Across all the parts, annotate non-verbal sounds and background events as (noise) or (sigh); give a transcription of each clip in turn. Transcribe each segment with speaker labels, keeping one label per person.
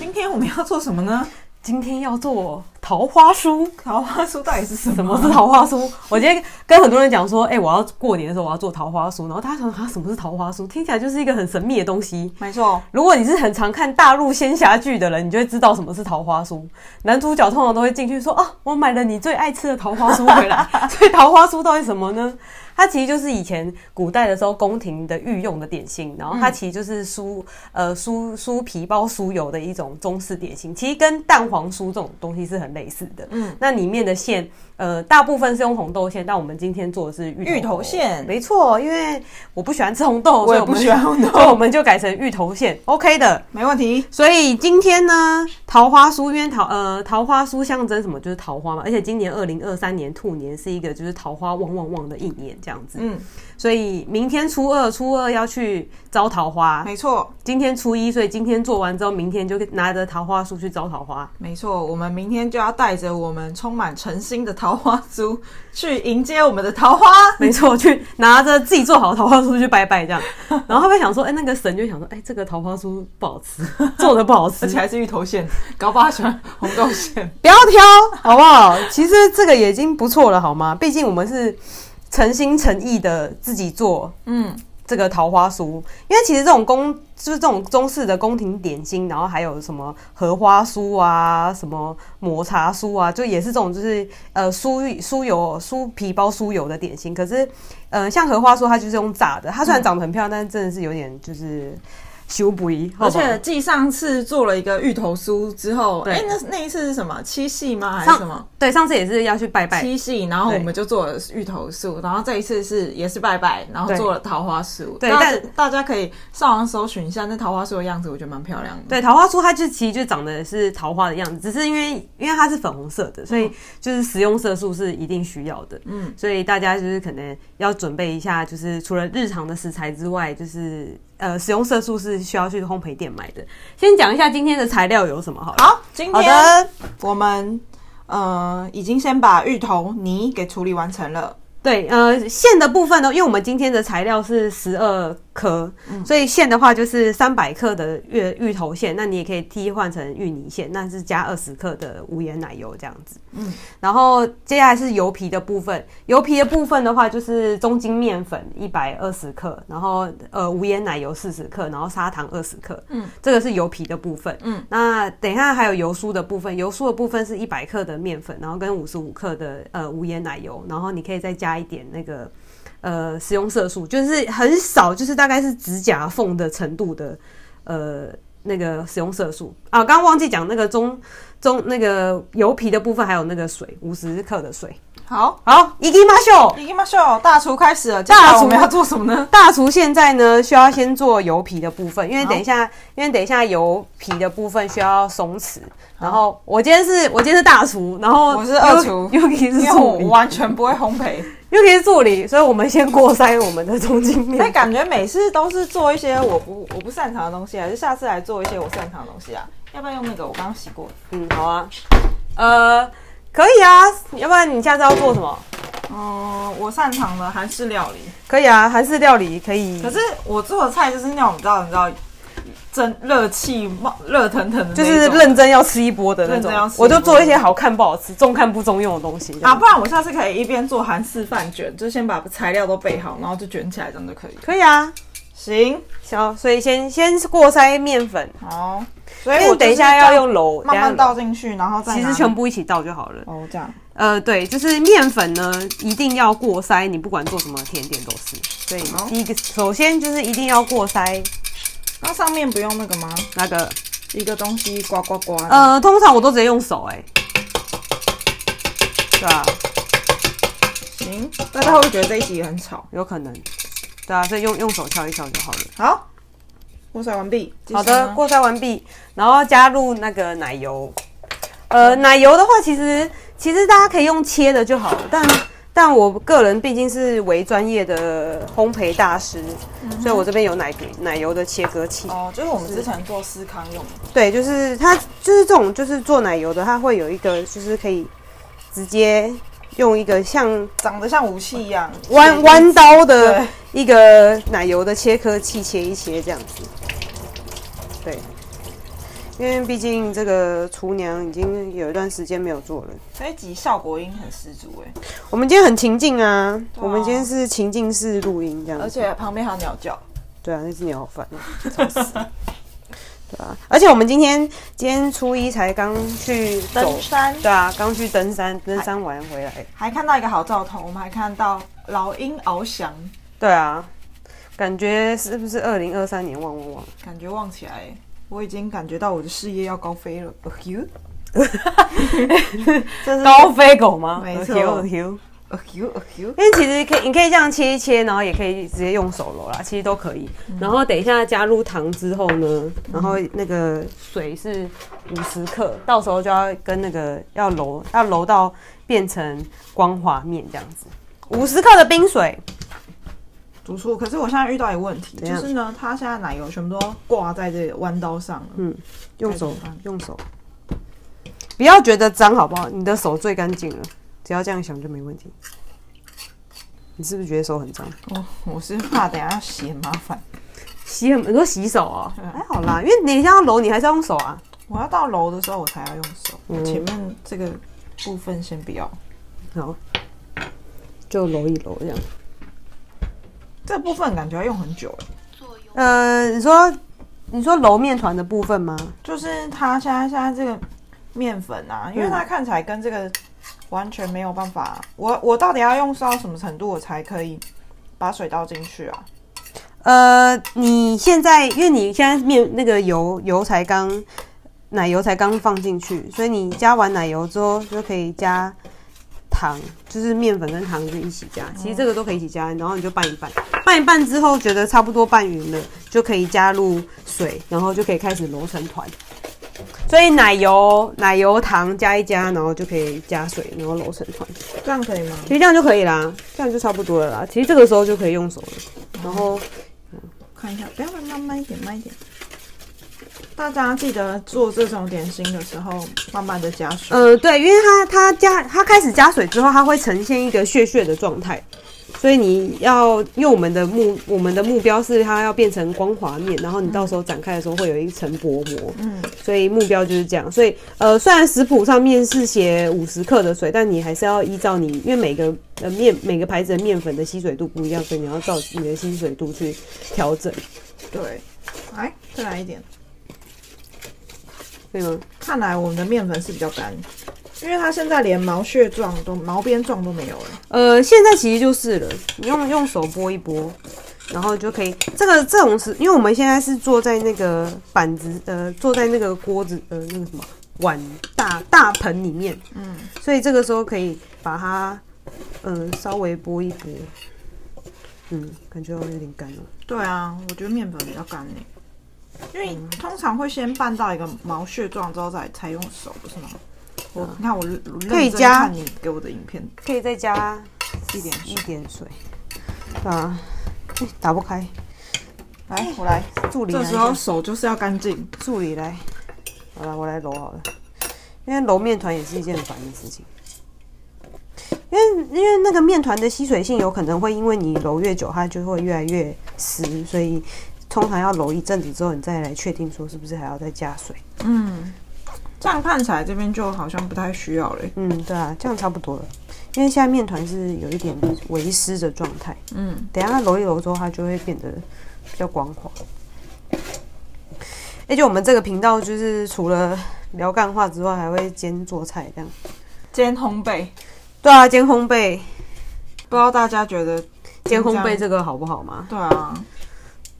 Speaker 1: 今天我们要做什么 (laughs) 呢？
Speaker 2: 今天要做桃花酥。
Speaker 1: 桃花酥到底是什么？
Speaker 2: 什么是桃花酥？我今天跟很多人讲说，哎、我要过年的时候我要做桃花酥，然后大家想啊，什么是桃花酥？听起来就是一个很神秘的东西。
Speaker 1: 没错，
Speaker 2: 如果你是很常看大陆仙侠剧的人，你就会知道什么是桃花酥。男主角通常都会进去说：“啊，我买了你最爱吃的桃花酥回来。”
Speaker 1: (laughs)
Speaker 2: 所以桃花酥到底什么呢？它其实就是以前古代的时候宫廷的御用的点心，然后
Speaker 1: 嗯
Speaker 2: 它其实就是酥呃酥酥皮包酥油的一种中式点心，其实跟蛋黄酥这种东西是很类似的。嗯，那里面的馅呃大部分是用红豆馅，但我们今天做的是芋
Speaker 1: 芋头馅
Speaker 2: 没错，因为我不喜欢吃红豆，
Speaker 1: 我也
Speaker 2: 所以
Speaker 1: 不
Speaker 2: 们
Speaker 1: 喜欢红豆
Speaker 2: (laughs) 所以我们就改成芋头馅，OK 的。
Speaker 1: 没问题。
Speaker 2: 所以今天呢，桃花酥，因为桃呃桃花酥象征什么？就是桃花嘛。而且今年二零二三年兔年是一个就是桃花旺旺旺的一年这样子。
Speaker 1: 嗯，
Speaker 2: 所以明天初二，初二要去招桃花。
Speaker 1: 没错，
Speaker 2: 今天初一，所以今天做完之后，明天就拿着桃花酥去招桃花。
Speaker 1: 没错，我们明天就要带着我们充满诚心的桃花酥 (laughs) 去迎接我们的桃花。
Speaker 2: 没错， (laughs) 去拿着自己做好的桃花酥去拜拜这样。然后他们想说，哎、那个神就想说，哎、这个桃花酥不好吃， (laughs) 做的不好吃
Speaker 1: 而且，还是芋头馅，搞不好他喜欢红豆 (laughs) 馅。
Speaker 2: 不要挑，好不好？其实这个也已经不错了，好吗？毕竟我们是诚心诚意的自己做
Speaker 1: 嗯，
Speaker 2: 这个桃花酥，因为其实这种宫就是这种中式的宫廷点心，然后还有什么荷花酥啊，什么抹茶酥啊，就也是这种就是呃酥酥油酥皮包酥油的点心。可是，呃，像荷花酥它就是用炸的，它虽然长得很漂亮，但是真的是有点就是修不一，
Speaker 1: 而
Speaker 2: 好不好
Speaker 1: 且继上次做了一个芋头酥之后，哎、
Speaker 2: 对
Speaker 1: 那那一次是什么？七夕吗？还是
Speaker 2: 上
Speaker 1: 什么？
Speaker 2: 对上次也是要去拜拜，
Speaker 1: 七夕，然后我
Speaker 2: 对
Speaker 1: 们就做了芋头酥，然后这一次是也是拜拜，然后
Speaker 2: 对
Speaker 1: 做了桃花酥。
Speaker 2: 对
Speaker 1: 大
Speaker 2: 但
Speaker 1: 大家可以上网搜寻一下那桃花酥的样子，我觉得蛮漂亮的。
Speaker 2: 对，桃花酥它就其实就长得是桃花的样子，只是因为因为它是粉红色的，所以就是食用色素是一定需要的。
Speaker 1: 嗯
Speaker 2: 嗯，所以大家就是可能要准备一下，就是除了日常的食材之外，就是呃食用色素是需要去烘焙店买的。先讲一下今天的材料有什么好了。
Speaker 1: 好，今
Speaker 2: 好
Speaker 1: 天
Speaker 2: 的，
Speaker 1: 我们呃已经先把芋头泥给处理完成了。
Speaker 2: 对，呃，馅的部分呢，因为我们今天的材料是十二颗，所以馅的话就是三百克的芋芋头馅，那你也可以替换成芋泥馅，那是加二十克的无盐奶油这样子。
Speaker 1: 嗯
Speaker 2: 嗯，然后接下来是油皮的部分，油皮的部分的话就是中筋面粉一百二十克，然后呃无盐奶油四十克，然后砂糖二十克。
Speaker 1: 嗯
Speaker 2: 嗯，这个是油皮的部分。
Speaker 1: 嗯
Speaker 2: 嗯，那等一下还有油酥的部分，油酥的部分是一百克的面粉，然后跟五十五克的呃无盐奶油，然后你可以再加一点那个呃食用色素，就是很少，就是大概是指甲缝的程度的呃那个食用色素啊。刚刚忘记讲那个中中那个油皮的部分，还有那个水五十克的水。
Speaker 1: 好，
Speaker 2: 好，一滴马秀。
Speaker 1: 行きましょう，大厨开始了。接下来
Speaker 2: 大厨
Speaker 1: 我们要做什么呢？
Speaker 2: 大厨现在呢，需要先做油皮的部分，因为
Speaker 1: 好
Speaker 2: 等一下，因为等一下油皮的部分需要松弛。然后我今天是我今天是大厨，然后
Speaker 1: 我是二厨
Speaker 2: Yuki
Speaker 1: 因
Speaker 2: (laughs)
Speaker 1: 为
Speaker 2: 是助
Speaker 1: 我
Speaker 2: 理
Speaker 1: 完全不会烘
Speaker 2: (laughs)
Speaker 1: 焙，
Speaker 2: ，Yuki 是助理，所以我们先过筛我们的中筋
Speaker 1: 但 (laughs)
Speaker 2: 面。
Speaker 1: 感觉每次都是做一些我不我不擅长的东西，还是下次来做一些我擅长的东西啊？要不要用那个我刚刚洗过的？
Speaker 2: 嗯，好啊，呃，可以啊，要不然你下次要做什么？
Speaker 1: 嗯，我擅长的韩式料理，
Speaker 2: 可以啊，韩式料理可以，
Speaker 1: 可是我做的菜就是那种你知道你知道，蒸热气冒热腾腾的那
Speaker 2: 就
Speaker 1: 种，
Speaker 2: 是认真要吃一波的那
Speaker 1: 认真
Speaker 2: 种
Speaker 1: 要吃一。波
Speaker 2: 我就做一些好看不好吃、中看不中用的东西这样
Speaker 1: 啊，不然我下次可以一边做韩式饭卷，就先把材料都备好，然后就卷起来，这样就可以了。
Speaker 2: 可以啊。
Speaker 1: 行，
Speaker 2: 行，所以先先过筛面粉，
Speaker 1: 好，所以
Speaker 2: 因
Speaker 1: 我
Speaker 2: 为等一下要用揉，
Speaker 1: 慢
Speaker 2: 等一下
Speaker 1: 慢
Speaker 2: 揉
Speaker 1: 倒进去，然后再
Speaker 2: 其
Speaker 1: 拿
Speaker 2: 实全部一起倒就好了。
Speaker 1: 哦这样，
Speaker 2: 呃，对，就是面粉呢一定要过筛，你不管做什么甜点都是。所以
Speaker 1: 好
Speaker 2: 第一个，首先就是一定要过筛
Speaker 1: 那上面不用那个吗？
Speaker 2: 那个，
Speaker 1: 一个东西刮刮刮的，
Speaker 2: 呃，通常我都直接用手、欸，哎，对啊，
Speaker 1: 行，大家会不会觉得这一集很吵？
Speaker 2: 有可能，对啊，所以用用手敲一敲就好了。
Speaker 1: 好，过筛完毕。
Speaker 2: 好
Speaker 1: 接下来
Speaker 2: 的，
Speaker 1: 呢
Speaker 2: 过筛完毕，然后加入那个奶油。呃，奶油的话，其实其实大家可以用切的就好了，但但我个人毕竟是为专业的烘焙大师，所以我这边有奶奶油的切割器。
Speaker 1: 哦，就是我们之前做思康用的，
Speaker 2: 对，就是它就是这种就是做奶油的，它会有一个就是可以直接用一个像
Speaker 1: 长得像武器一样，
Speaker 2: 弯弯刀的
Speaker 1: 对
Speaker 2: 一个奶油的切割器切一切这样子。对，因为毕竟这个厨娘已经有一段时间没有做了。
Speaker 1: 这一集效果音很十足哎，
Speaker 2: 我们今天很情境啊，
Speaker 1: 对啊
Speaker 2: 我们今天是情境式录音这样子。
Speaker 1: 而且旁边还有鸟叫。
Speaker 2: 对啊，那只鸟好烦哦，吵死 (laughs) 了。对啊，而且我们今天今天初一才刚去走
Speaker 1: 登，山
Speaker 2: 对啊，刚去登山，登山完回来。
Speaker 1: 还看到一个好兆头，我们还看到老鹰翱翔，
Speaker 2: 对啊，感觉是不是二零二三年旺旺旺？
Speaker 1: 感觉望起来，我已经感觉到我的事业要高飞了。呃呦，这是
Speaker 2: 高飞狗
Speaker 1: (laughs)
Speaker 2: 吗？
Speaker 1: 没
Speaker 2: (laughs)
Speaker 1: 错
Speaker 2: Hill, hill
Speaker 1: 呃呦呃呦，
Speaker 2: 因为其实可以，你可以这样切一切，然后也可以直接用手揉啦，其实都可以。然后等一下加入糖之后呢，然后那个水是五十克，到时候就要跟那个要揉，要揉到变成光滑面这样子。五十克的冰水，
Speaker 1: 主厨，可是我现在遇到一个问题，
Speaker 2: 怎
Speaker 1: 就
Speaker 2: 样
Speaker 1: 是呢，它现在奶油全部都挂在这个弯刀上了。
Speaker 2: 用
Speaker 1: 太
Speaker 2: 手
Speaker 1: 简单了
Speaker 2: 用手，不要觉得脏好不好？你的手最干净了，只要这样想就没问题。你是不是觉得手很脏？
Speaker 1: 哦，我是怕等一下洗很麻烦，
Speaker 2: 洗很多洗手哦，
Speaker 1: 嗯
Speaker 2: 还好啦，因为你像要揉，你还是要用手啊。
Speaker 1: 我要到楼的时候我才要用手，前面这个部分先不要。
Speaker 2: 好，就揉一揉这样。
Speaker 1: 这部分感觉要用很久，欸
Speaker 2: 呃，你说你说揉面团的部分吗？
Speaker 1: 就是它现在现在这个面粉啊，因为它看起来跟这个完全没有办法。我我到底要用烧什么程度，我才可以把水倒进去啊？
Speaker 2: 呃，你现在因为你现在面那个油油才刚奶油才刚放进去，所以你加完奶油之后就可以加糖，就是面粉跟糖就一起加。其实这个都可以一起加，然后你就拌一拌，拌一拌之后觉得差不多拌匀了，就可以加入水，然后就可以开始揉成团。所以奶油、奶油糖加一加，然后就可以加水，然后揉成团。
Speaker 1: 这样可以吗？
Speaker 2: 其实这样就可以啦，这样就差不多了啦。其实这个时候就可以用手了，然后。
Speaker 1: 看一下，不要慢慢慢一点，慢一点。大家记得做这种点心的时候，慢慢的加水。
Speaker 2: 呃，对，因为它它加它开始加水之后，它会呈现一个屑屑的状态，所以你要因为我们的目我们的目标是它要变成光滑面，然后你到时候展开的时候会有一层薄膜，
Speaker 1: 嗯，
Speaker 2: 所以目标就是这样。所以呃，虽然食谱上面是写五十克的水，但你还是要依照你因为每个呃面每个牌子的面粉的吸水度不一样，所以你要照你的吸水度去调整，
Speaker 1: 对。来，再来一点。
Speaker 2: 对吗？
Speaker 1: 看来我们的面粉是比较干，因为它现在连毛屑状都毛边状都没有了。
Speaker 2: 呃，现在其实就是了，你用用手拨一拨，然后就可以。这个这种是，因为我们现在是坐在那个板子，呃，坐在那个锅子，呃，那个什么碗大大盆里面，
Speaker 1: 嗯，
Speaker 2: 所以这个时候可以把它，呃，稍微拨一拨。嗯，感觉好像有点干了。
Speaker 1: 对啊，我觉得面粉比较干呢，因为通常会先拌到一个毛屑状之后再才用手，不是吗？我你看我我
Speaker 2: 可以
Speaker 1: 认真
Speaker 2: 加
Speaker 1: 看你给我的影片
Speaker 2: 可以再加
Speaker 1: 一点水
Speaker 2: 一点水，啊，哎打不开，
Speaker 1: 哎来，我来，
Speaker 2: 助理
Speaker 1: 这
Speaker 2: 来
Speaker 1: 时候手就是要干净。
Speaker 2: 助理来，好了，我来揉好了，因为揉面团也是一件很烦的事情。因为因为那个面团的吸水性有可能会因为你揉越久，它就会越来越湿，所以通常要揉一阵子之后，你再来确定说是不是还要再加水。
Speaker 1: 嗯，这样看起来这边就好像不太需要欸嘞。
Speaker 2: 嗯，对啊，这样差不多了。因为现在面团是有一点微湿的状态，
Speaker 1: 嗯，
Speaker 2: 等一下它揉一揉之后，它就会变得比较光滑。而且我们这个频道就是除了聊干话之外，还会兼做菜这样。
Speaker 1: 煎烘焙，
Speaker 2: 对啊，煎烘焙，
Speaker 1: 不知道大家觉得
Speaker 2: 煎烘焙
Speaker 1: 这
Speaker 2: 这个好不好嘛？
Speaker 1: 对啊，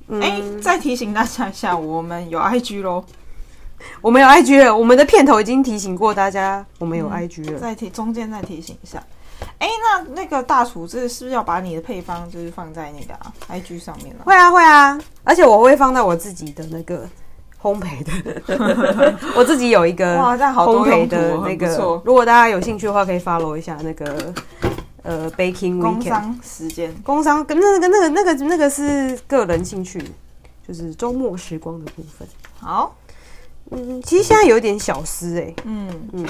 Speaker 2: 嗯，
Speaker 1: 哎、再提醒大家一下，我们有 IG 咯，
Speaker 2: 我们有 IG 了，我们的片头已经提醒过大家，我们
Speaker 1: 嗯
Speaker 2: 有 IG 了。
Speaker 1: 再提中间再提醒一下。哎、那那个大厨这是不是要把你的配方就是放在那个、啊、IG 上面啊？
Speaker 2: 会啊，会啊，而且我会放在我自己的那个烘
Speaker 1: (laughs)
Speaker 2: 焙的，我自己有一个
Speaker 1: 哇，这样好
Speaker 2: 呃烘
Speaker 1: 多
Speaker 2: 焙
Speaker 1: 用途
Speaker 2: 的
Speaker 1: 哦，
Speaker 2: 那
Speaker 1: 很不
Speaker 2: 个
Speaker 1: 错。。
Speaker 2: 如果大家有兴趣的话，可以 follow 一下那个呃 Baking
Speaker 1: 工
Speaker 2: Weekend
Speaker 1: 商时间，
Speaker 2: 工商跟那个那个那个那个是个人兴趣，就是周末时光的部分。
Speaker 1: 好，
Speaker 2: 嗯，其实现在有点小失哎、
Speaker 1: 嗯，
Speaker 2: 嗯，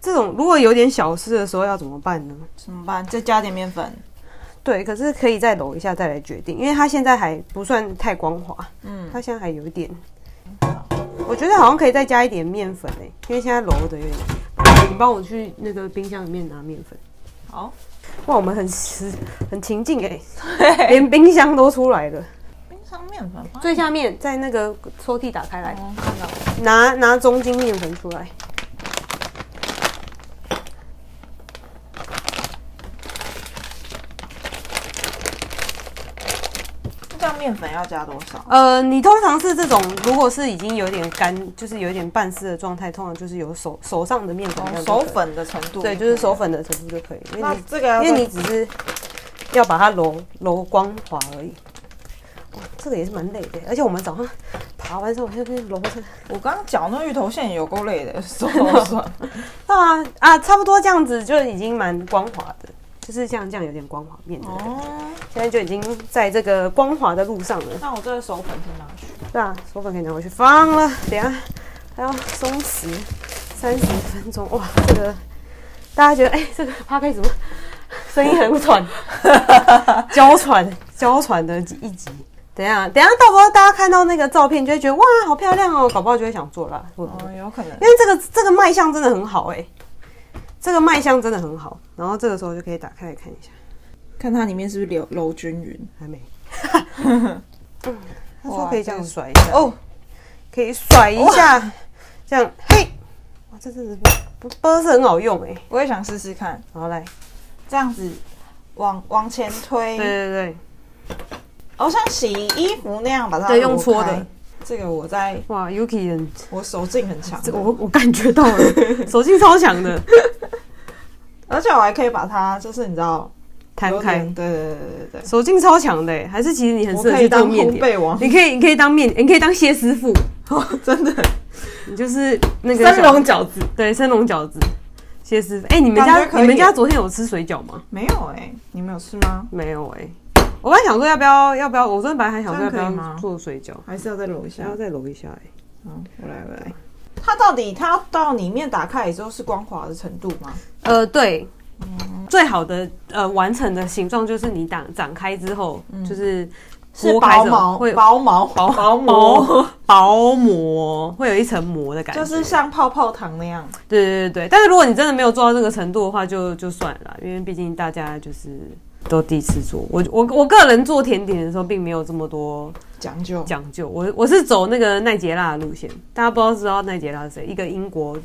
Speaker 2: 这种如果有点小失的时候要怎么办呢？
Speaker 1: 怎么办？再加点面粉，
Speaker 2: 对，可是可以再揉一下再来决定，因为它现在还不算太光滑，
Speaker 1: 嗯，
Speaker 2: 它现在还有一点，我觉得好像可以再加一点面粉哎、因为现在揉的有点。你帮我去那个冰箱里面拿面粉。
Speaker 1: 好，
Speaker 2: 哇，我们很实很情境哎、连冰箱都出来了。
Speaker 1: 冰箱面粉吗？
Speaker 2: 最下面在那个抽屉打开来，
Speaker 1: 哦，看到了，
Speaker 2: 拿拿中筋面粉出来。
Speaker 1: 那这样面粉要加多少？
Speaker 2: 呃，你通常是这种，如果是已经有点干，就是有点半湿的状态，通常就是有手手上的面粉量
Speaker 1: 哦，
Speaker 2: 就可以
Speaker 1: 手，粉的程度，
Speaker 2: 对，就是手。粉的程度就可以，因为
Speaker 1: 那
Speaker 2: 你
Speaker 1: 这个要
Speaker 2: 因为
Speaker 1: 再
Speaker 2: 你只是要把它揉揉光滑而已。哇，这个也是蛮累的，而且我们早上爬完之后还要去揉这个。
Speaker 1: 我刚刚搅那芋头馅也有够累的， (laughs)
Speaker 2: (laughs)
Speaker 1: 手好酸。
Speaker 2: 对啊啊，差不多这样子就已经蛮光滑的，就是像这样有点光滑面的感觉。
Speaker 1: 哦，
Speaker 2: 现在就已经在这个光滑的路上了。
Speaker 1: 那我这个手粉先拿去。
Speaker 2: 对啊，手粉可以拿回去放了，等一下还要松弛三十分钟。哇，这个大家觉得哎、这个趴开怎么声音很喘，娇喘娇喘的一集。等一下，等一下，到时候大家看到那个照片就会觉得哇，好漂亮哦，搞不好就会想做啦。会不会
Speaker 1: 哦，有可能
Speaker 2: 因。为这个这个卖相真的很好哎、这个卖相真的很好。然后这个时候就可以打开来看一下，
Speaker 1: 看它里面是不是流揉均匀。
Speaker 2: 还没。嗯他说
Speaker 1: 哇
Speaker 2: 可以这样
Speaker 1: 这个
Speaker 2: 甩一下。
Speaker 1: 哦，
Speaker 2: 可以甩一下，这样嘿，哇，这真的不不不是很好用哎、
Speaker 1: 我也想试试看，
Speaker 2: 好来，哎
Speaker 1: 这样子往往前推
Speaker 2: 对，对对，
Speaker 1: 哦，像洗衣服那样把它
Speaker 2: 对用
Speaker 1: 揉
Speaker 2: 搓
Speaker 1: 开
Speaker 2: 的。
Speaker 1: 这个我在
Speaker 2: 哇，Yuki 很，
Speaker 1: 我手劲很强的，
Speaker 2: 这个我我感觉到 (laughs) 了，手劲超强的，
Speaker 1: 而且我还可以把它，就是你知道，
Speaker 2: 摊
Speaker 1: 有
Speaker 2: 开
Speaker 1: 点，对对对对对
Speaker 2: 手劲超强的、欸，还是其实你很
Speaker 1: 对，我
Speaker 2: 适合
Speaker 1: 可以
Speaker 2: 去做
Speaker 1: 当
Speaker 2: 面
Speaker 1: 烘
Speaker 2: 点，
Speaker 1: 焙王，
Speaker 2: 你可以你可以当面，你可以当谢师傅，
Speaker 1: (laughs) 真的，
Speaker 2: 你就是那 (laughs) 个
Speaker 1: 生
Speaker 2: 小
Speaker 1: 龙饺子
Speaker 2: 对生龙饺子，谢师傅，哎、你们
Speaker 1: 感
Speaker 2: 家
Speaker 1: 觉可以
Speaker 2: 你们家
Speaker 1: 耶
Speaker 2: 昨天有吃水饺吗？
Speaker 1: 没有哎，你们有吃吗？
Speaker 2: 没有哎、我本来想说要不要要不要，我昨天本来还想说要
Speaker 1: 这
Speaker 2: 不
Speaker 1: 样可以
Speaker 2: 要
Speaker 1: 吗
Speaker 2: 做水饺，
Speaker 1: 还是要再揉一下
Speaker 2: 然后？再揉一下哎、
Speaker 1: 嗯，我来我来。它到底它到里面打开以后是光滑的程度吗？
Speaker 2: 呃，对，最好的呃完成的形状就是你打展开之后，就是
Speaker 1: 嗯是
Speaker 2: 剥开
Speaker 1: 薄
Speaker 2: 之后
Speaker 1: 毛，
Speaker 2: 会
Speaker 1: 薄毛，薄薄
Speaker 2: (laughs) 薄薄膜，会有一层膜的感觉。
Speaker 1: 就是像泡泡糖那样。
Speaker 2: 对对对对，但是如果你真的没有做到这个程度的话，就就算了啦，因为毕竟大家就是。都第一次做，我我我个人做甜点的时候，并没有这么多
Speaker 1: 讲究。
Speaker 2: 讲究。我我是走那个奈杰拉的路线，大家不知道知道奈杰拉是谁？一个英国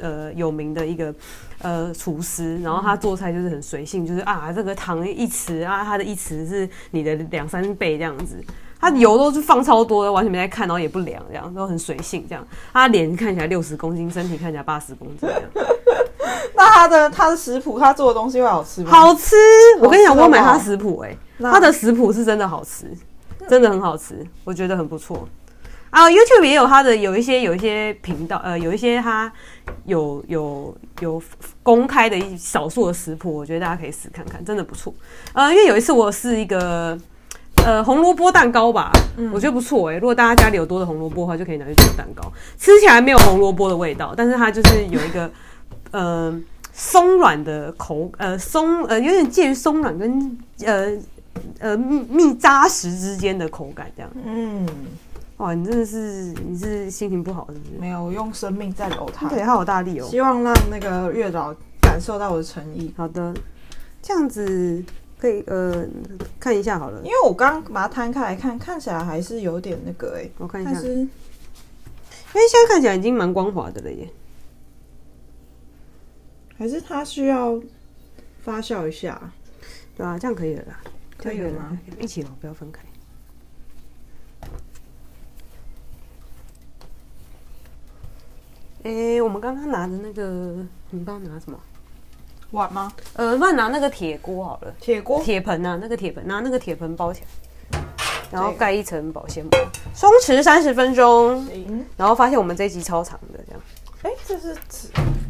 Speaker 2: 呃有名的一个呃厨师，然后他做菜就是很随性，就是啊这个糖一匙啊，他的一匙是你的两三倍这样子。他油都是放超多的，完全没在看，然后也不量，这样都很随性这样。他脸看起来六十公斤，身体看起来八十公斤这样。
Speaker 1: 那他的他的食谱，他做的东西会好吃吗？，
Speaker 2: 好吃！我跟你讲，
Speaker 1: 好吃
Speaker 2: 我买
Speaker 1: 好不好
Speaker 2: 他食谱哎、
Speaker 1: 那
Speaker 2: 他的食谱是真的好吃，真的很好吃，我觉得很不错。啊、y o u t u b e 也有他的有一些有一些频道，呃，有一些他有有有公开的一少数的食谱，我觉得大家可以试看看，真的不错。呃，因为有一次我试一个呃红萝卜蛋糕吧，
Speaker 1: 嗯
Speaker 2: 我觉得不错哎、如果大家家里有多的红萝卜的话，就可以拿去做蛋糕，吃起来没有红萝卜的味道，但是它就是有一个嗯。呃松软的口，呃，松，呃，有点介于松软跟呃呃密密扎实之间的口感，这样。
Speaker 1: 嗯，
Speaker 2: 哇，你真的是你是心情不好是不是？
Speaker 1: 没有我用生命在揉它，
Speaker 2: 对，好有大力哦。
Speaker 1: 希望让那个月老感受到我的诚意。
Speaker 2: 好的，这样子可以呃看一下好了
Speaker 1: 因，为我刚刚把它摊开来看，看起来还是有点那个哎、欸，
Speaker 2: 我看一下，
Speaker 1: 但
Speaker 2: 因
Speaker 1: 是
Speaker 2: 为现在看起来已经蛮光滑的了耶。
Speaker 1: 还是它需要发酵一下？
Speaker 2: 对啊，这样可以了啦，
Speaker 1: 可以了吗
Speaker 2: 这样可以了？一起揉，不要分开。哎、我们刚刚拿的那个，你刚刚拿什么？
Speaker 1: 碗吗？
Speaker 2: 呃，不然拿那个铁锅好了，
Speaker 1: 铁锅
Speaker 2: 铁盆啊，那个铁盆，拿那个铁盆包起来，然后
Speaker 1: 这个
Speaker 2: 盖一层保鲜膜，松弛三十分钟。
Speaker 1: 行。
Speaker 2: 然后发现我们这一集超长的，这样
Speaker 1: 哎、这是纸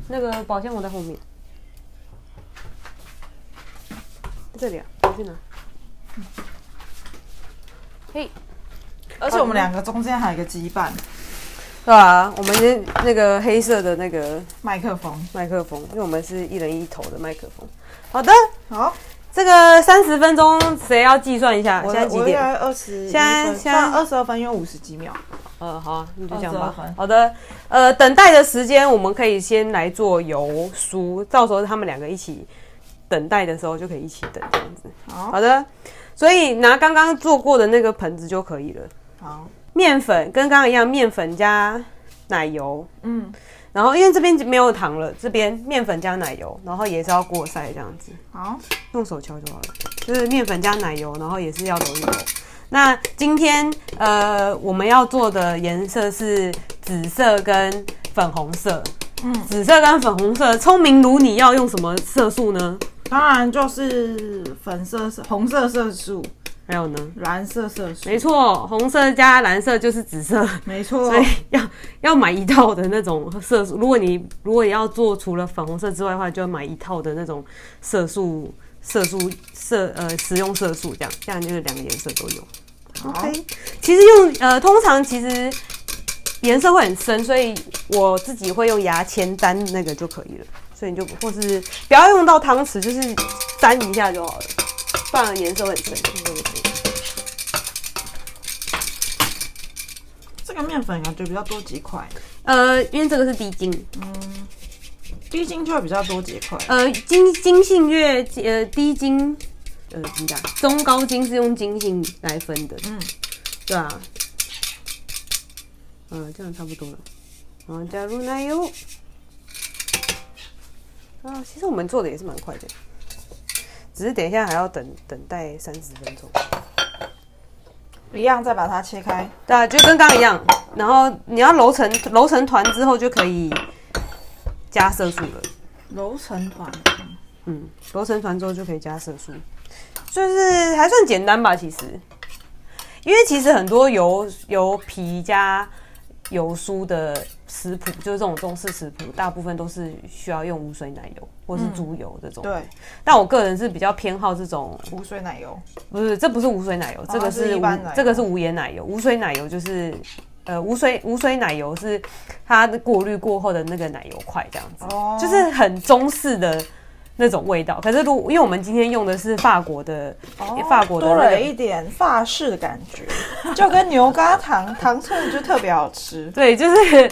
Speaker 2: 那个保鲜膜在后面，这里啊，我去拿。嘿，
Speaker 1: 而且我们两个中间还有一个羁绊，
Speaker 2: 对啊，我们是那个黑色的那个
Speaker 1: 麦克风。
Speaker 2: 麦克风，因为我们是一人一头的麦克风。好的，
Speaker 1: 好，
Speaker 2: 这个三十分钟谁要计算一下？
Speaker 1: 我
Speaker 2: 现在
Speaker 1: 的
Speaker 2: 几
Speaker 1: 我
Speaker 2: 点？
Speaker 1: 在二十，
Speaker 2: 现在现在
Speaker 1: 二十二分，因为五十几秒。
Speaker 2: 呃，好、啊，那就这样吧
Speaker 1: 22分。
Speaker 2: 好的，呃，等待的时间我们可以先来做油酥，到时候他们两个一起等待的时候就可以一起等这样子。
Speaker 1: 好
Speaker 2: 好的，所以拿刚刚做过的那个盆子就可以了。
Speaker 1: 好，
Speaker 2: 面粉跟刚刚一样，面粉加奶油，
Speaker 1: 嗯，
Speaker 2: 然后因为这边没有糖了，这边面粉加奶油，然后也是要过筛这样子。
Speaker 1: 好，
Speaker 2: 用手敲就好了，就是面粉加奶油，然后也是要揉一揉。那今天呃我们要做的颜色是紫色跟粉红色，嗯，紫色跟粉红色，聪明如你要用什么色素呢？
Speaker 1: 当然就是粉色色、红色色素、
Speaker 2: 还有呢？
Speaker 1: 蓝色色素。
Speaker 2: 没错，红色加蓝色就是紫色，
Speaker 1: 没错
Speaker 2: 所以要要买一套的那种色素。如 (laughs) 果你如果你要做除了粉红色之外的话，就要买一套的那种色素色素色呃食用色素，这样这样就是两个颜色都有。
Speaker 1: 好
Speaker 2: 其实用呃，通常其实颜色会很深，所以我自己会用牙签沾那个就可以了。所以你就或是不要用到汤匙，就是沾一下就好了，不然颜色会很深。这个可以
Speaker 1: 这个面粉感觉比较多几块，
Speaker 2: 呃，因为这个是低筋，
Speaker 1: 低筋就会比较多几块。
Speaker 2: 呃，筋筋性越呃低筋，呃怎么讲？中高筋是用筋性来分的，嗯
Speaker 1: 嗯，
Speaker 2: 对啊，嗯、这样差不多了。然后加入奶油，啊，其实我们做的也是蛮快的，只是等一下还要等等待三十分钟。
Speaker 1: 一样再把它切开，
Speaker 2: 对啊，就跟刚刚一样，然后你要揉成揉成团之后就可以加色素了。
Speaker 1: 揉成团。
Speaker 2: 嗯，揉成团之后就可以加色素，就是还算简单吧，其实，因为其实很多油油皮加油酥的食谱，就是这种中式食谱，大部分都是需要用无水奶油或是猪油这种。
Speaker 1: 嗯对，
Speaker 2: 但我个人是比较偏好这种，
Speaker 1: 无水奶油。
Speaker 2: 不是，这不是无水奶油，这个
Speaker 1: 哦是
Speaker 2: 是
Speaker 1: 一
Speaker 2: 无
Speaker 1: 般奶油
Speaker 2: 这个是无盐奶油，无水奶油就是。呃，无水无水奶油是它过滤过后的那个奶油块，这样子。
Speaker 1: 哦
Speaker 2: 就是很中式的那种味道。可是如因为我们今天用的是法国的，法国的
Speaker 1: 哦多了
Speaker 2: 那个
Speaker 1: 一点法式的感觉， (laughs) 就跟牛轧糖糖醋就特别好吃。
Speaker 2: 对，就是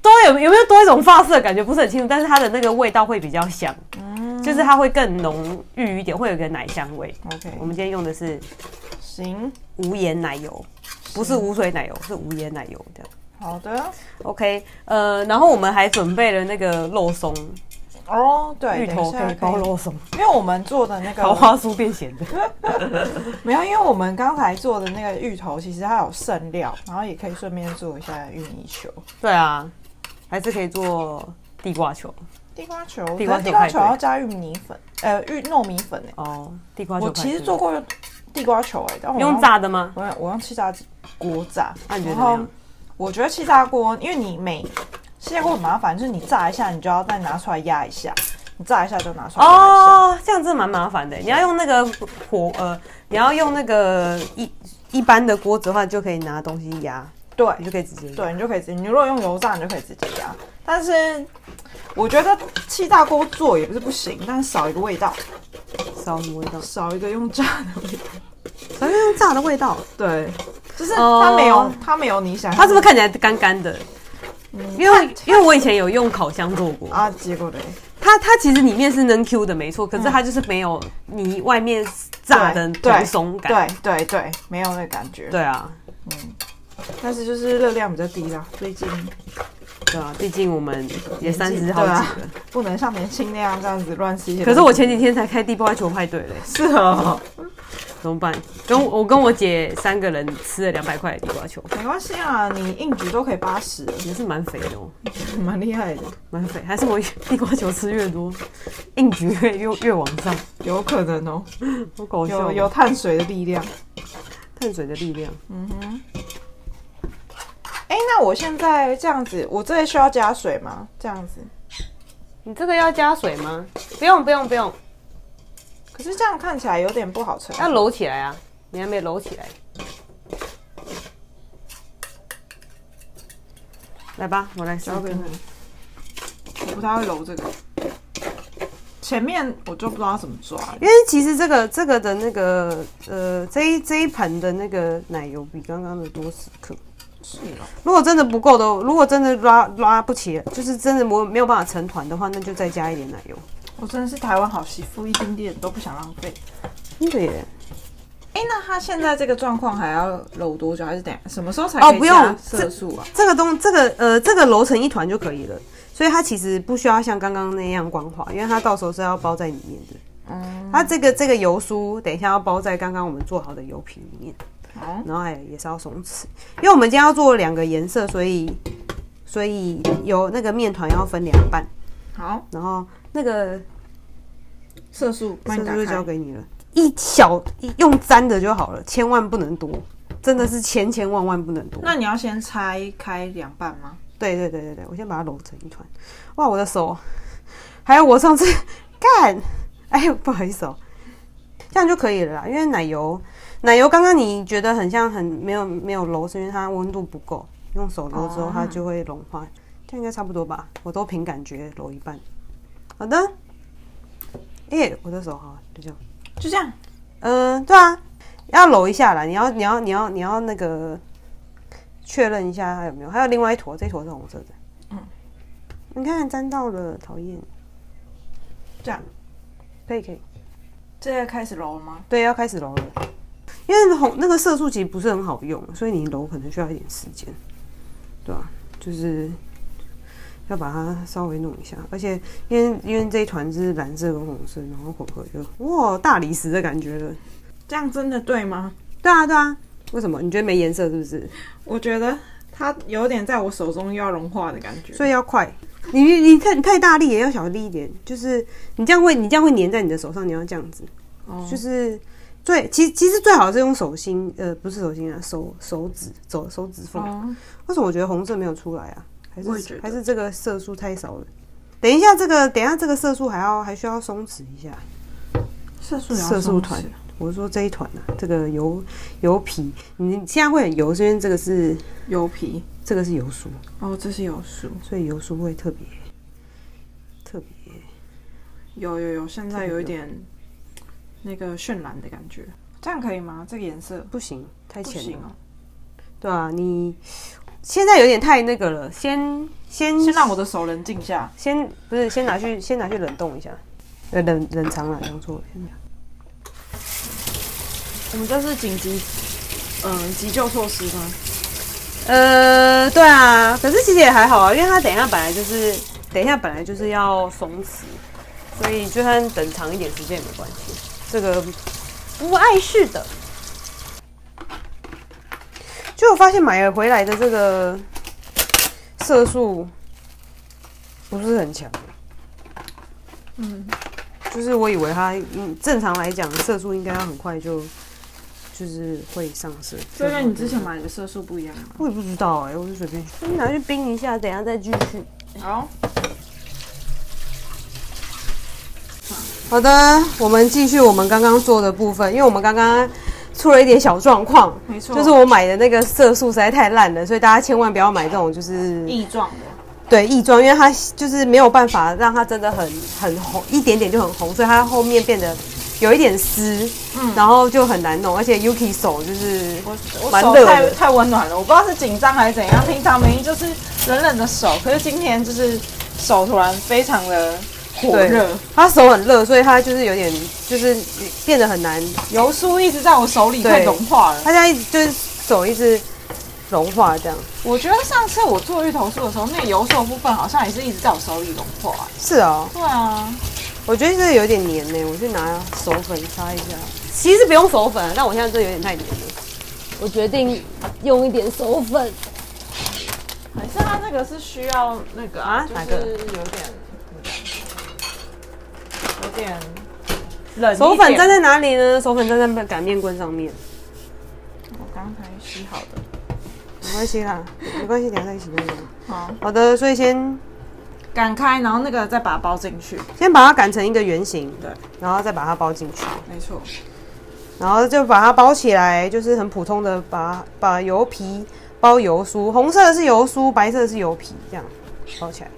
Speaker 2: 多有有没有多一种法式的感觉，不是很清楚，但是它的那个味道会比较香，
Speaker 1: 嗯
Speaker 2: 就是它会更浓郁一点，会有一个奶香味。
Speaker 1: OK，
Speaker 2: 我们今天用的是
Speaker 1: 行，
Speaker 2: 无盐奶油，不是无水奶油，是无盐奶油这样。
Speaker 1: 好的。
Speaker 2: OK，呃，然后我们还准备了那个肉松，
Speaker 1: 哦，对，
Speaker 2: 芋
Speaker 1: 等
Speaker 2: 头
Speaker 1: 一下
Speaker 2: 可以包，肉松，
Speaker 1: 因为我们做的 (laughs) 那
Speaker 2: 桃
Speaker 1: 个
Speaker 2: 花酥变咸的。 (laughs)
Speaker 1: 没有，因为我们刚才做的那个芋头其实它有剩料，然后也可以顺便做一下芋泥球、
Speaker 2: 对啊，还是可以做地瓜球
Speaker 1: 地瓜球。
Speaker 2: 地瓜
Speaker 1: 可是
Speaker 2: 球
Speaker 1: 地瓜球
Speaker 2: 派对
Speaker 1: 要加玉米粉，呃，芋糯米粉欸
Speaker 2: 哦，地瓜球
Speaker 1: 我
Speaker 2: 派
Speaker 1: 其实
Speaker 2: 对
Speaker 1: 做过地瓜球哎、但我
Speaker 2: 用炸的吗？
Speaker 1: 我用我用气炸锅炸，
Speaker 2: 那你觉得
Speaker 1: 然
Speaker 2: 怎么
Speaker 1: 后
Speaker 2: 样
Speaker 1: 我觉得气炸锅，因为你每气炸锅很麻烦，就是你炸一下，你就要再拿出来压一下，你炸一下就拿出来压一下。
Speaker 2: 哦，这样子蛮麻烦的。你要用那个火，呃，你要用那个一一般的锅子的话，就可以拿东西压，你
Speaker 1: 对
Speaker 2: 就可以直接压。
Speaker 1: 对，你就可以直接，你如果用油炸，你就可以直接压。但是我觉得气炸锅做也不是不行，但是少一个味道，
Speaker 2: 烧什么味道？
Speaker 1: 少一个用炸的味道。
Speaker 2: 反正用炸的味道。
Speaker 1: 对，就是
Speaker 2: 哦
Speaker 1: 它没有、它没有你想，
Speaker 2: 它是不是看起来干干的？因为因为我以前有用烤箱做过，
Speaker 1: 嗯啊？结果嘞，
Speaker 2: 它它其实里面是能 Q 的，没错，可是它就是没有你外面炸的
Speaker 1: 嗯对
Speaker 2: 蓬松感。
Speaker 1: 对对对，没有那个感觉。
Speaker 2: 对啊，
Speaker 1: 但是就是热量比较低啦，最近
Speaker 2: 对啊，毕竟我们也三
Speaker 1: 纪
Speaker 2: 十好几
Speaker 1: 对
Speaker 2: 了。
Speaker 1: 啊不能像年轻那样这样子乱吃一些东
Speaker 2: 可
Speaker 1: 西。
Speaker 2: 是我前几天才开地瓜球派对嘞，
Speaker 1: 是哦，
Speaker 2: 怎么办？跟我我跟我姐三个人吃了两百块的地瓜球，
Speaker 1: 没关系啊，你硬举都可以八十，
Speaker 2: 也是蛮肥的哦，
Speaker 1: 蛮厉害的，
Speaker 2: 蛮肥。还是我地瓜球吃越多，硬举越越越往上，
Speaker 1: 有可能哦，
Speaker 2: 好搞笑
Speaker 1: 有
Speaker 2: 哦。
Speaker 1: 有碳水的力量。
Speaker 2: 碳水的力量，
Speaker 1: 哎、那我现在这样子，我这里需要加水吗？这样子，
Speaker 2: 你这个要加水吗？不用不用不用，
Speaker 1: 可是这样看起来有点不好吃。
Speaker 2: 要揉起来啊！你还没揉起来，来吧，我来试
Speaker 1: 交给
Speaker 2: 看
Speaker 1: 你
Speaker 2: 看。，
Speaker 1: 我不太会揉这个。前面我就不知道怎么抓，
Speaker 2: 因为其实这个这个的那个呃，这一这一盘的那个奶油比刚刚的多十克。
Speaker 1: 是哦，
Speaker 2: 如果真的不够的，如果真的拉拉不起，就是真的没没有办法成团的话，那就再加一点奶油。
Speaker 1: 我真的是台湾好媳妇，一丁点都不想浪费。
Speaker 2: 真的耶！
Speaker 1: 哎、那他现在这个状况还要揉多久？还是等下什么时候才
Speaker 2: 哦
Speaker 1: 可以
Speaker 2: 不用
Speaker 1: 加
Speaker 2: 这
Speaker 1: 色素啊？
Speaker 2: 这个东这个呃这个揉成一团就可以了，所以它其实不需要像刚刚那样光滑，因为它到时候是要包在里面的。
Speaker 1: 嗯，
Speaker 2: 它这个这个油酥，等一下要包在刚刚我们做好的油皮里面，
Speaker 1: 好，
Speaker 2: 然后还也是要松弛，因为我们今天要做两个颜色，所以所以有那个面团要分两半，
Speaker 1: 好，
Speaker 2: 然后那个
Speaker 1: 色素帮
Speaker 2: 这
Speaker 1: 你打
Speaker 2: 个就交
Speaker 1: 开。
Speaker 2: 给你了，一小一用粘的就好了，千万不能多，真的是千千万万不能多。
Speaker 1: 那你要先拆开两半吗？
Speaker 2: 对对对对对，我先把它揉成一团。哇，我的手，还有我上次干，哎呦，不好意思哦，这样就可以了啦。因为奶油，奶油刚刚你觉得很像很没有没有揉，是因为它温度不够，用手揉之后
Speaker 1: 哦
Speaker 2: 它就会融化，这样应该差不多吧？我都凭感觉揉一半。好的，耶、我的手好，就这样。
Speaker 1: 就这样，
Speaker 2: 嗯，对啊，要揉一下啦。你要，你要，你要，你要那个确认一下它有没有。还有另外一坨，这坨是红色的。嗯，你看沾到了，讨厌。
Speaker 1: 这样，
Speaker 2: 可以可以，
Speaker 1: 这个开始揉了吗？
Speaker 2: 对，要开始揉了。因为红那个色素其实不是很好用，所以你揉可能需要一点时间，对啊，就是要把它稍微弄一下。而且因为因为这一团是蓝色跟红色，然后混合就哇大理石的感觉了。
Speaker 1: 这样真的对吗？
Speaker 2: 对啊对啊，为什么你觉得没颜色是不是？
Speaker 1: 我觉得它有点在我手中又要融化的感觉。
Speaker 2: 所以要快。你你太你太大力也要小力一点，就是你这样会你这样会粘在你的手上，你要这样子，
Speaker 1: 哦
Speaker 2: 就是最其实其实最好是用手心，呃，不是手心啊，手手指手手指缝。
Speaker 1: 哦，
Speaker 2: 为什么我觉得红色没有出来啊？还
Speaker 1: 我也觉
Speaker 2: 是
Speaker 1: 得
Speaker 2: 还是这个色素太少了。等一下这个等一下这个色素还要还需要松弛一下。
Speaker 1: 色素也要
Speaker 2: 色素
Speaker 1: 松
Speaker 2: 团
Speaker 1: 弛
Speaker 2: 我是说这一团啊，这个油油皮，你现在会很油，是因为这个是
Speaker 1: 油皮，
Speaker 2: 这个是油酥，
Speaker 1: 哦，这是油酥，
Speaker 2: 所以油酥会特别特别。
Speaker 1: 有有有，现在有一点那个渲染的感觉，这样可以吗？这个颜色
Speaker 2: 不行，太
Speaker 1: 不
Speaker 2: 浅
Speaker 1: 行
Speaker 2: 了。
Speaker 1: 哦，
Speaker 2: 对啊，你现在有点太那个了，先先
Speaker 1: 先让我的手冷静下。
Speaker 2: 先不是先拿去先拿去冷冻一下，呃冷冷藏了，讲错了。先拿
Speaker 1: 我们这是紧急，嗯，急救措施吗？
Speaker 2: 呃，对啊，可是其实也还好啊，因为它等一下本来就是等一下本来就是要松弛，所以就算等长一点时间也没关系，这个不碍事的。就我发现买了回来的这个色素不是很强。
Speaker 1: 嗯，
Speaker 2: 就是我以为它，嗯，正常来讲色素应该要很快就就是会上色。
Speaker 1: 这跟你之前买的色素不一样啊吗？
Speaker 2: 我也不知道哎、我就随便拿去冰一下，等一下再继续。
Speaker 1: 好，
Speaker 2: 好的，我们继续我们刚刚做的部分，因为我们刚刚出了一点小状况，
Speaker 1: 没错，
Speaker 2: 就是我买的那个色素实在太烂了，所以大家千万不要买这种就是
Speaker 1: 异状的。
Speaker 2: 对异装，因为它就是没有办法让它真的很很红，一点点就很红，所以它后面变得有一点湿，
Speaker 1: 嗯
Speaker 2: 然后就很难弄，而且 Yuki 手就是
Speaker 1: 我我
Speaker 2: 蛮
Speaker 1: 手
Speaker 2: 热
Speaker 1: 太
Speaker 2: 的
Speaker 1: 太温暖了，我不知道是紧张还是怎样。平常明明就是冷冷的手，可是今天就是手突然非常的火热，
Speaker 2: 他手很热，所以他就是有点就是变得很难。
Speaker 1: 油酥一直在我手里快融化了。
Speaker 2: 他现在就是手一直融化这样。
Speaker 1: 我觉得上次我做芋头酥的时候，那油酥的部分好像也是一直在我手里融化、
Speaker 2: 是哦，
Speaker 1: 对啊，
Speaker 2: 我觉得这有点黏呢、我去拿手粉擦一下。其实不用手粉啊，但我现在这有点太黏了。
Speaker 3: 我决定用一点手粉，
Speaker 1: 可是它那个是需要那个
Speaker 2: 啊
Speaker 1: 就
Speaker 2: 哪
Speaker 1: 是
Speaker 2: 个
Speaker 1: 有点有点冷一点
Speaker 2: 手粉粘在哪里呢？手粉粘在擀面棍上面。
Speaker 1: 我刚才洗好的。
Speaker 2: 没关系啦，没关系，等一下一起弄吧。
Speaker 1: 好，
Speaker 2: 好的，所以先
Speaker 1: 擀开，然后那个再把它包进去。
Speaker 2: 先把它擀成一个圆形，
Speaker 1: 对，
Speaker 2: 然后再把它包进去，
Speaker 1: 没错。
Speaker 2: 然后就把它包起来，就是很普通的把把油皮包油酥，红色的是油酥，白色的是油皮，这样包起来。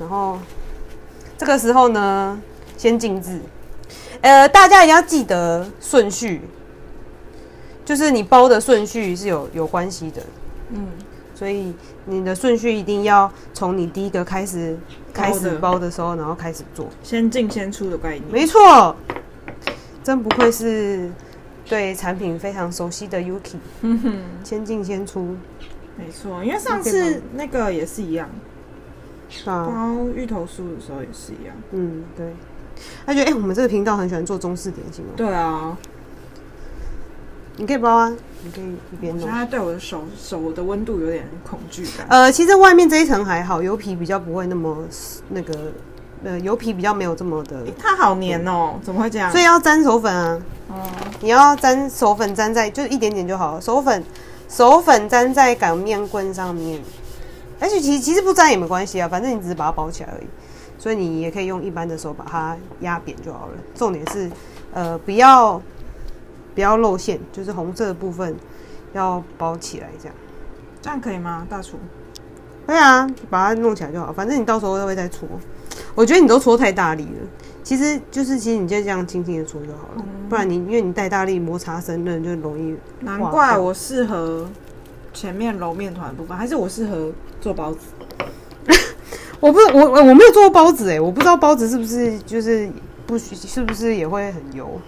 Speaker 2: 然后这个时候呢，先静置。呃，大家一定要记得顺序，就是你包的顺序是有有关系的。
Speaker 1: 嗯，
Speaker 2: 所以你的顺序一定要从你第一个开始开始包的时候，然后开始做。
Speaker 1: 先进先出的概念。
Speaker 2: 没错，真不愧是对产品非常熟悉的 Yuki，
Speaker 1: 嗯哼，
Speaker 2: 先进先出
Speaker 1: 没错，因为上次那个也是一样，
Speaker 2: 啊，
Speaker 1: 包芋头酥的时候也是一样。
Speaker 2: 嗯，对。他觉得哎、我们这个频道很喜欢做中式点心哦，
Speaker 1: 对啊，
Speaker 2: 你可以包啊，你可以一边
Speaker 1: 我现
Speaker 2: 弄。
Speaker 1: 在对我的手手的温度有点恐惧感。
Speaker 2: 呃，其实外面这一层还好，油皮比较不会那么那个，呃，油皮比较没有这么的，
Speaker 1: 诶它好黏哦，怎么会这样？
Speaker 2: 所以要沾手粉啊。
Speaker 1: 哦，
Speaker 2: 你要沾手粉沾在，就一点点就好了。手粉，手粉沾在擀面棍上面，而且其实其实不沾也没关系啊，反正你只是把它包起来而已。所以你也可以用一般的手把它压扁就好了。重点是，呃，不要不要露馅，就是红色的部分要包起来这样。
Speaker 1: 这样可以吗，大厨？
Speaker 2: 对啊，把它弄起来就好，反正你到时候都会再搓。我觉得你都搓太大力了，其实就是其实你就这样轻轻的搓就好了，不然你因为你太大力摩擦生刃就容易
Speaker 1: 难
Speaker 2: 哇
Speaker 1: 怪
Speaker 2: 对
Speaker 1: 我适合前面揉面团的部分，还是我适合做包子？
Speaker 2: 我不我我我没有做过包子哎、我不知道包子是不是就是不许是不是也会很油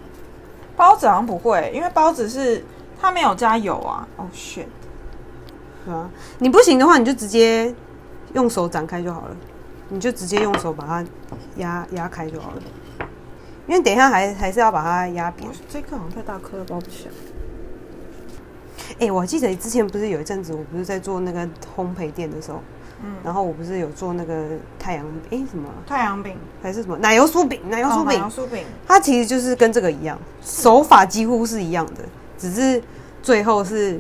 Speaker 1: 包子好像不会，因为包子是它没有加油啊。哦、shit，
Speaker 2: 对啊？你不行的话，你就直接用手展开就好了，你就直接用手把它压压开就好了，因为等一下还还是要把它压扁
Speaker 1: 我。这颗好像太大颗了，包不起来。
Speaker 2: 哎、我记得之前不是有一阵子，我不是在做那个烘焙店的时候，
Speaker 1: 嗯
Speaker 2: 然后我不是有做那个太阳哎、什么啊
Speaker 1: 太阳饼，
Speaker 2: 还是什么奶油酥饼，奶油酥
Speaker 1: 哦奶
Speaker 2: 饼
Speaker 1: 油，酥饼，
Speaker 2: 它其实就是跟这个一样，手法几乎是一样的，只是最后是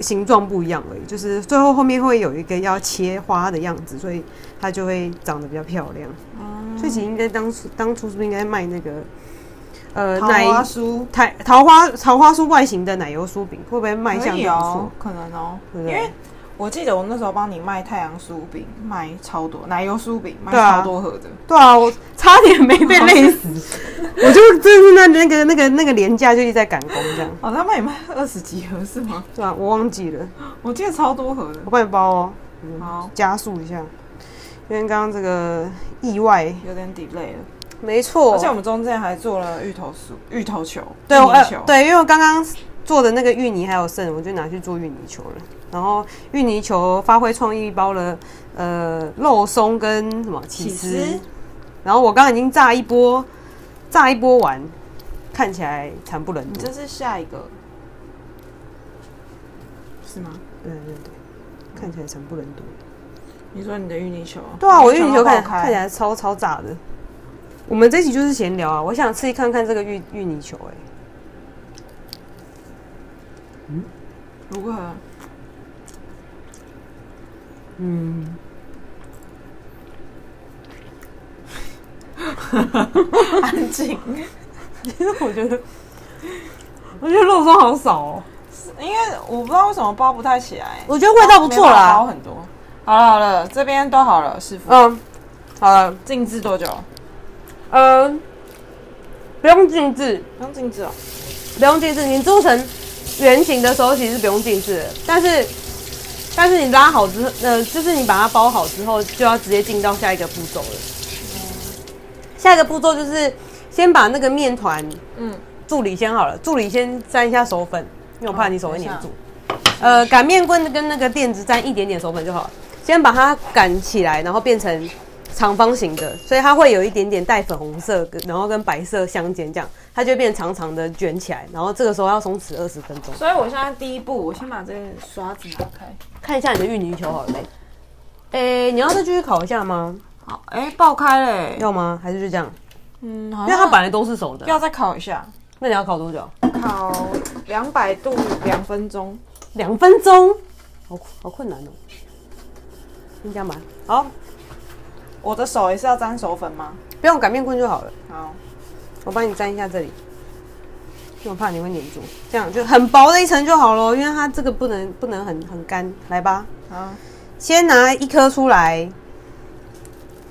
Speaker 2: 形状不一样而已。就是最后后面会有一个要切花的样子，所以它就会长得比较漂亮。
Speaker 1: 嗯，
Speaker 2: 所以其实应该当初当初是不是应该卖那个呃
Speaker 1: 桃
Speaker 2: 奶
Speaker 1: 花酥
Speaker 2: 台桃花桃花酥外形的奶油酥饼，会不会卖
Speaker 1: 可
Speaker 2: 相
Speaker 1: 以
Speaker 2: 很不
Speaker 1: 哦
Speaker 2: 错？，
Speaker 1: 可能哦，
Speaker 2: 对
Speaker 1: 因
Speaker 2: 不对
Speaker 1: 为我记得我那时候帮你卖太阳酥饼，卖超多奶油酥饼，卖
Speaker 2: 对啊
Speaker 1: 超多盒的。
Speaker 2: 对啊，我差点没被累死，我就真的是那那个那个那个廉价就一直在赶工这样，
Speaker 1: 哦，他们也卖二十几盒是
Speaker 2: (laughs)
Speaker 1: 吗？
Speaker 2: 对吧、啊我忘记了，
Speaker 1: 我记得超多盒的
Speaker 2: 我。帮你包哦。
Speaker 1: 好，
Speaker 2: 加速一下，因为刚刚这个意外，
Speaker 1: 有点 delay 了。
Speaker 2: 没错
Speaker 1: 而且我们中间还做了芋头酥、芋头球、
Speaker 2: 哦对，
Speaker 1: 芋
Speaker 2: 我、
Speaker 1: 泥
Speaker 2: 呃
Speaker 1: 球，，
Speaker 2: 对，因为我刚刚做的那个芋泥还有剩，我就拿去做芋泥球了。然后芋泥球发挥创意包了呃肉松跟什么起
Speaker 1: 起
Speaker 2: 司
Speaker 1: 司，
Speaker 2: 然后我刚刚已经炸一波，炸一波完，看起来惨不忍
Speaker 1: 你
Speaker 2: 睹。
Speaker 1: 这是下一个是吗？
Speaker 2: 对对对，看起来惨不忍睹。
Speaker 1: 你说你的芋泥球？哎
Speaker 2: 对啊，我芋泥
Speaker 1: 都
Speaker 2: 球看
Speaker 1: 爆
Speaker 2: 看起来超超炸的。我们这一集就是闲聊啊，我想吃一看看这个芋芋泥球、欸，
Speaker 1: 如何？
Speaker 2: 嗯，
Speaker 1: (laughs) 安静， (laughs)
Speaker 2: 其实我觉得，我觉得肉松好少哦。
Speaker 1: 因为我不知道为什么包不太起来，
Speaker 2: 我觉得味道不错
Speaker 1: 没办法包
Speaker 2: 啦。
Speaker 1: 很多。好了好了，这边都好了，师傅。
Speaker 2: 嗯，好了，
Speaker 1: 静置多久？
Speaker 2: 呃，不用静置，
Speaker 1: 不用静置哦。
Speaker 2: 不用静置。你做成圆形的时候，其实是不用静置的，但是但是你拉好之后，呃，就是你把它包好之后，就要直接进到下一个步骤了。下一个步骤就是先把那个面团
Speaker 1: 嗯，
Speaker 2: 助理先好了，助理先沾一下手粉，因为我怕你手会粘住。呃，擀面棍跟那个垫子沾一点点手粉就好了。先把它擀起来，然后变成长方形的，所以它会有一点点带粉红色，跟然后跟白色相间，这样它就会变长长的卷起来。然后这个时候要松弛二十分钟。
Speaker 1: 所以我现在第一步，我先把这个刷子拿开。
Speaker 2: 看一下你的芋泥球好了没？诶、你要再继续烤一下吗？
Speaker 1: 好，哎、爆开嘞、
Speaker 2: 要吗？还是就这样？
Speaker 1: 嗯，
Speaker 2: 因为它本来都是熟的。
Speaker 1: 要再烤一下，
Speaker 2: 那你要烤多久？
Speaker 1: 烤两百度两分钟。
Speaker 2: 两分钟，好好困难哦。先这样吧。好，
Speaker 1: 我的手也是要沾手粉吗？
Speaker 2: 不用擀面棍就好了。
Speaker 1: 好，
Speaker 2: 我帮你粘一下这里，因为我怕你会粘住。这样就很薄的一层就好了，因为它这个不能不能很很干。来吧，
Speaker 1: 好，
Speaker 2: 先拿一颗出来，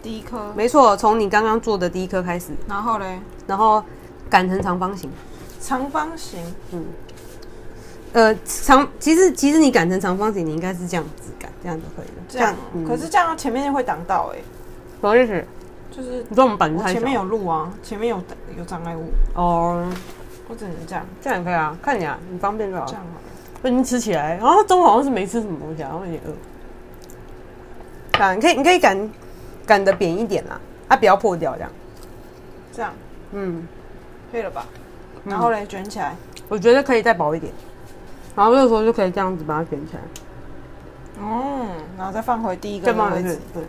Speaker 1: 第一颗，
Speaker 2: 没错，从你刚刚做的第一颗开始，
Speaker 1: 然后嘞，
Speaker 2: 然后擀成长方形。
Speaker 1: 长方形。
Speaker 2: 呃，长其实其实你擀成长方形，你应该是这样子擀，这样就可以了。
Speaker 1: 这样，
Speaker 2: 嗯
Speaker 1: 可是这样前面会挡到哎、
Speaker 2: 不好意思，
Speaker 1: 就是
Speaker 2: 你知道我们板子
Speaker 1: 我
Speaker 2: 太小
Speaker 1: 前面有路啊，前面有有障碍物，
Speaker 2: 哦，
Speaker 1: 我只能这样
Speaker 2: 这样也可以啊，看你啊，你方便就好
Speaker 1: 这
Speaker 2: 了
Speaker 1: 样。好了
Speaker 2: 我已经吃起来，然后中午好像是没吃什么东西啊，然后有点饿。擀可以，你可以擀擀的扁一点啦，啊，不要破掉这样。
Speaker 1: 这样
Speaker 2: 嗯，
Speaker 1: 可以了吧？然后嘞，卷起来，
Speaker 2: 我觉得可以再薄一点，然后这个时候就可以这样子把它卷起来，
Speaker 1: 嗯，然后再放回第一个
Speaker 2: 再
Speaker 1: 的
Speaker 2: 放
Speaker 1: 位
Speaker 2: 回去
Speaker 1: 置。。
Speaker 2: 对。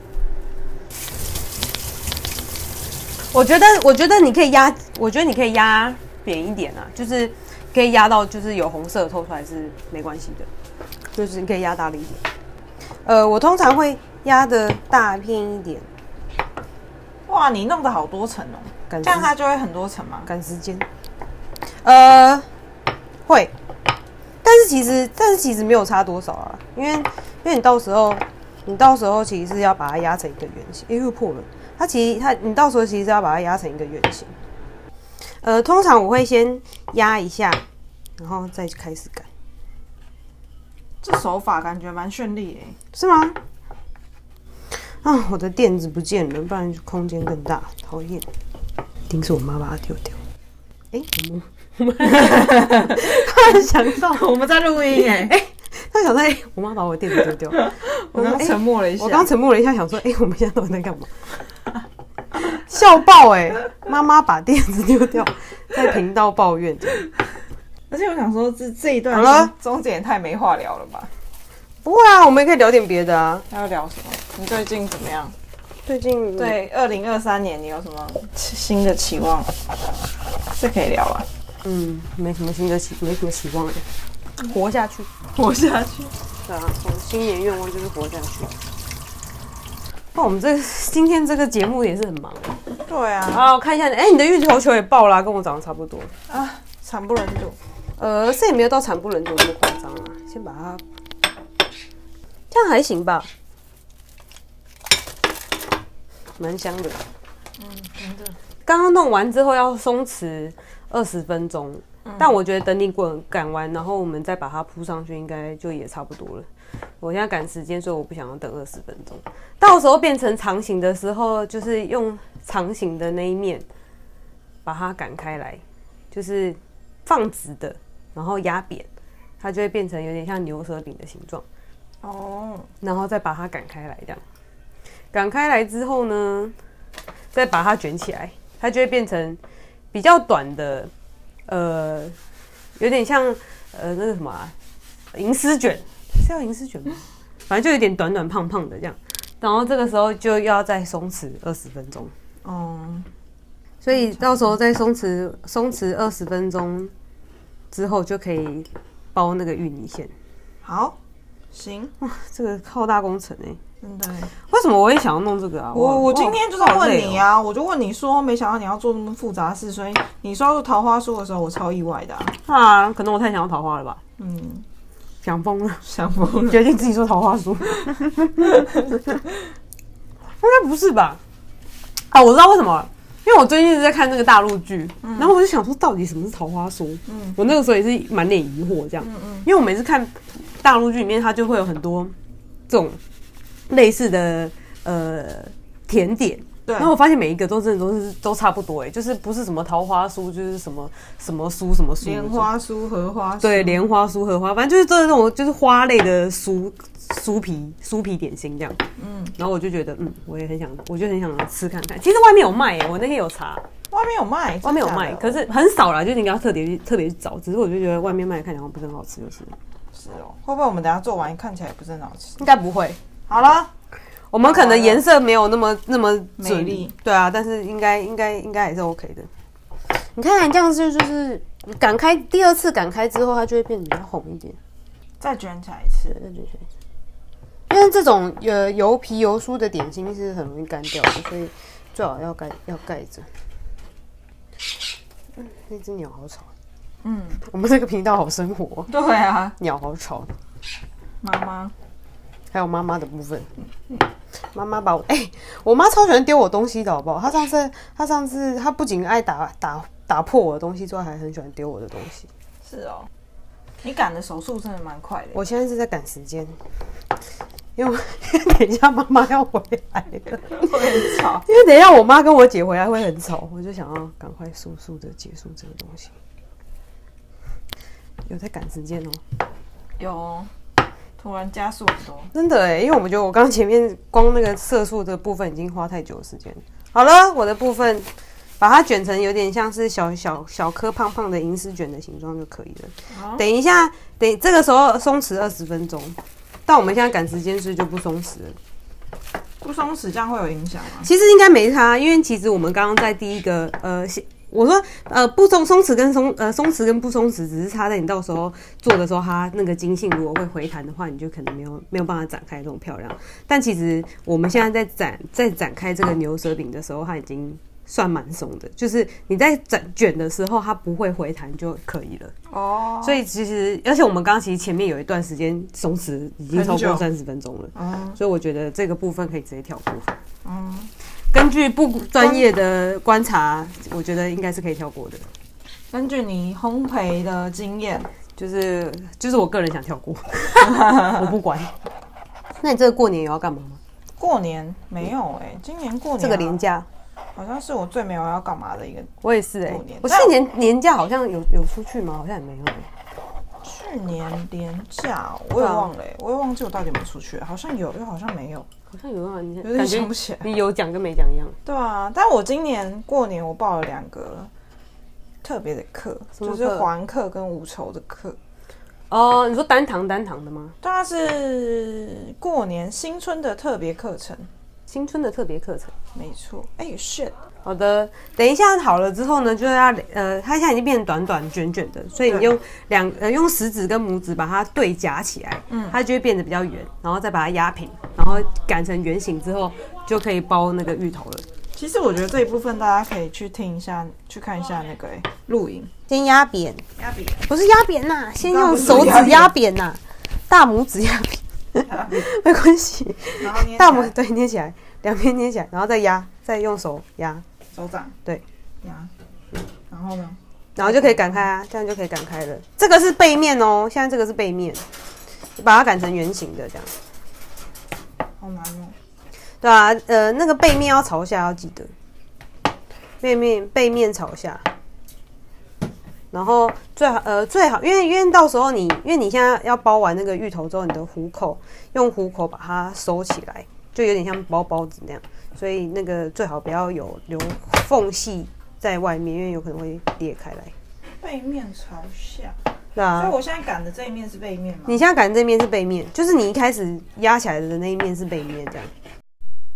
Speaker 2: 我觉得，我觉得你可以压，我觉得你可以压扁一点啊，就是可以压到就是有红色的透出来是没关系的，就是你可以压大力一点。呃，我通常会压的大片一点。
Speaker 1: 哇，你弄的好多层哦，
Speaker 2: 感
Speaker 1: 这样
Speaker 2: 觉
Speaker 1: 它就会很多层嘛。
Speaker 2: 赶时间。呃，会，但是其实但是其实没有差多少啊，因为因为你到时候你到时候其实是要把它压成一个圆形，因为破了，它其实它你到时候其实是要把它压成一个圆形。呃，通常我会先压一下，然后再开始擀，
Speaker 1: 这手法感觉蛮绚丽诶，
Speaker 2: 是吗？啊，我的垫子不见了，不然空间更大，讨厌。一定是我妈把它丢掉。哎、我们突然想到，
Speaker 1: 我们在录音 (laughs) 诶，
Speaker 2: 他想说，哎、我妈把我垫子丢 (laughs) 掉。
Speaker 1: 我刚沉默了一下，
Speaker 2: 我刚沉默了一下，想说，哎、我们现在到底在干嘛？ (laughs) 笑爆哎、妈妈把垫子丢掉，在频道抱怨。
Speaker 1: 而且我想说这这一段
Speaker 2: 好了
Speaker 1: 中间也太没话聊了吧？
Speaker 2: 不会啊，我们也可以聊点别的啊。
Speaker 1: 要聊什么？你最近怎么样？
Speaker 2: 最近，
Speaker 1: 对，二零二三年你有什么新的期望？这可以聊啊，
Speaker 2: 嗯，没什么新的期，没什么期望哎、活下去。
Speaker 1: 活下去。
Speaker 2: 对啊，我的新年愿望就是活下去。那我们这个今天这个节目也是很忙
Speaker 1: 对啊，
Speaker 2: 啊。我看一下你，哎、你的运球球也爆啦、跟我长得差不多。
Speaker 1: 啊，惨不忍睹。
Speaker 2: 呃，这也没有到惨不忍睹那么夸张啊。先把它，这样还行吧，蛮香的。嗯
Speaker 1: 真的，
Speaker 2: 刚刚弄完之后要松弛二十分钟，但我觉得等你滚擀完，然后我们再把它铺上去，应该就也差不多了。我现在赶时间，所以我不想要等二十分钟。到时候变成长形的时候，就是用长形的那一面把它擀开来，就是放直的，然后压扁，它就会变成有点像牛舌饼的形状。
Speaker 1: 哦，
Speaker 2: 然后再把它擀开来，这样擀开来之后呢，再把它卷起来，它就会变成比较短的，呃，有点像呃那个什么、啊、银丝卷，是要银丝卷吗？反正就有点短短胖胖的这样。然后这个时候就要再松弛二十分钟，
Speaker 1: 嗯，
Speaker 2: 所以到时候再松弛松弛二十分钟之后就可以包那个芋泥馅。
Speaker 1: 好，行，
Speaker 2: 这个靠大工程哎、
Speaker 1: 真的。
Speaker 2: 为什么我也想要弄这个啊？
Speaker 1: 我我今天就是在问你
Speaker 2: 啊，
Speaker 1: 啊，我就问你说，没想到你要做那么复杂的事，所以你说要做桃花酥的时候，我超意外的、啊。
Speaker 2: 啊，可能我太想要桃花了吧，
Speaker 1: 嗯，
Speaker 2: (laughs) 想疯了，
Speaker 1: 想疯了。
Speaker 2: 决定自己做桃花酥， (laughs) 应该不是吧？啊，我知道为什么了，因为我最近一直在看那个大陆剧，然后我就想说，到底什么是桃花酥？
Speaker 1: 嗯
Speaker 2: 我那个时候也是满脸疑惑这样，
Speaker 1: 嗯嗯，
Speaker 2: 因为我每次看大陆剧里面，它就会有很多这种类似的呃甜点，
Speaker 1: 对
Speaker 2: 然后我发现每一个都真的都是都差不多哎，就是不是什么桃花酥，就是什么什么酥什么酥，
Speaker 1: 莲花酥、荷花酥，
Speaker 2: 对，莲花酥、荷花，反正就是这种就是花类的酥酥皮酥皮点心这样。嗯，然后我就觉得，嗯，我也很想，我就很想吃看看。其实外面有卖欸耶，我那天有查，
Speaker 1: 外面有卖，
Speaker 2: 外面有
Speaker 1: 真
Speaker 2: 卖，
Speaker 1: 假的
Speaker 2: 可是很少啦，就是你要特别去特别去找。只是我就觉得外面卖看起来好像不是很好吃，就是
Speaker 1: 是哦，会不会我们等下做完看起来不是很好吃？
Speaker 2: 应该不会。
Speaker 1: 好了，
Speaker 2: 我们可能颜色没有那么那么
Speaker 1: 美
Speaker 2: 准
Speaker 1: 丽，
Speaker 2: 对啊，但是应该应该应该还是 OK 的。你看，这样子就是擀开第二次擀开之后，它就会变得比较红一点。
Speaker 1: 再卷起来一次。
Speaker 2: 对对对，因为这种呃油皮油酥的点心是很容易干掉的，所以最好要盖要盖着。嗯那只鸟好吵，
Speaker 1: 嗯，
Speaker 2: 我们这个频道好生活哦，
Speaker 1: 对啊，
Speaker 2: 鸟好吵，
Speaker 1: 妈妈，
Speaker 2: 还有妈妈的部分。妈妈把我哎、我妈超喜欢丢我东西的好不好？她上次她上次她不仅爱打打打破我的东西之外，还很喜欢丢我的东西。
Speaker 1: 是哦，你赶的手速真的蛮快的。
Speaker 2: 我现在是在赶时间，因为我等一下妈妈要回来了。
Speaker 1: (laughs) 我很吵，
Speaker 2: 因为等一下我妈跟我姐回来会很吵，我就想要赶快速速的结束这个东西。有在赶时间哦，
Speaker 1: 有哦突然加速很多。
Speaker 2: 真的哎，因为我们觉得我刚前面光那个色素的部分已经花太久的时间了。好了，我的部分把它卷成有点像是小小小颗胖胖的银丝卷的形状就可以了。
Speaker 1: 好
Speaker 2: 等一下，等这个时候松弛二十分钟，但我们现在赶时间所以就不松弛了。
Speaker 1: 不松弛这样会有影响吗？
Speaker 2: 其实应该没差，因为其实我们刚刚在第一个呃，先我说呃不松松弛跟松呃松弛跟不松弛，只是差在你到时候做的时候，它那个筋性如果会回弹的话，你就可能没有没有办法展开这种漂亮。但其实我们现在在展在展开这个牛舌饼的时候，它已经。算蛮松的，就是你在展卷的时候，它不会回弹就可以了。
Speaker 1: 哦，
Speaker 2: 所以其实，而且我们刚刚其实前面有一段时间松弛已经超
Speaker 1: 很久
Speaker 2: 过三十分钟了，
Speaker 1: 嗯
Speaker 2: 所以我觉得这个部分可以直接跳过。哦
Speaker 1: 嗯，
Speaker 2: 根据不专业的观察，我觉得应该是可以跳过的。
Speaker 1: 根据你烘焙的经验，
Speaker 2: 就是就是我个人想跳 (laughs) 过，我不管。那你这个过年有要干嘛吗？
Speaker 1: 过年没有哎、今年过年啊、
Speaker 2: 嗯这个年假
Speaker 1: 好像是我最没有要干嘛的一个。
Speaker 2: 我也是哎、
Speaker 1: 过年
Speaker 2: 我去年年假好像有有出去吗？好像也没有欸、
Speaker 1: 去年年假我也忘了、欸，我也忘记我到底有没有出去了，好像有又好像没有，
Speaker 2: 好像有啊，你
Speaker 1: 有点想不起来。
Speaker 2: 你有讲跟没讲一样。
Speaker 1: 对啊，但我今年过年我报了两个特别的课，
Speaker 2: 么
Speaker 1: 就
Speaker 2: 课
Speaker 1: 是还课跟无酬的课。
Speaker 2: 哦，你说单堂单堂的吗？
Speaker 1: 对啊，是过年新春的特别课程，
Speaker 2: 新春的特别课程。
Speaker 1: 没错。哎、shit，
Speaker 2: 好的，等一下好了之后呢，就是要呃，它现在已经变成短短卷卷的，所以你
Speaker 1: 对
Speaker 2: 用两呃用食指跟拇指把它对夹起来，嗯，它就会变得比较圆，然后再把它压平，然后擀成圆形之后就可以包那个芋头了。
Speaker 1: 其实我觉得这一部分大家可以去听一下，去看一下那个、欸、录影。
Speaker 2: 先压扁，
Speaker 1: 亚比，
Speaker 2: 不是压扁呐、先
Speaker 1: 刚刚
Speaker 2: 用
Speaker 1: 不是
Speaker 2: 手指
Speaker 1: 压扁
Speaker 2: 压扁呐、大拇指压扁， (laughs) 没关系，
Speaker 1: 然后捏
Speaker 2: 大
Speaker 1: 起
Speaker 2: 拇
Speaker 1: 来
Speaker 2: 对捏起来，两边捏起来，然后再压，再用手压，
Speaker 1: 手掌，
Speaker 2: 对，
Speaker 1: 呀，然后呢？
Speaker 2: 然后就可以擀开啊，这样就可以擀开了。这个是背面哦，现在这个是背面，把它擀成圆形的这样。
Speaker 1: 好难哦。
Speaker 2: 对啊，呃，那个背面要朝下，要记得，背面背面朝下。然后最好呃最好，因为因为到时候你因为你现在要包完那个芋头之后，你的虎口用虎口把它收起来，就有点像包包子那样，所以那个最好不要有留缝隙在外面，因为有可能会裂开来。
Speaker 1: 背面朝下，
Speaker 2: 对啊，
Speaker 1: 所以我现在擀的这一面是背面吗？
Speaker 2: 你现在擀这面是背面，就是你一开始压起来的那一面是背面，这样。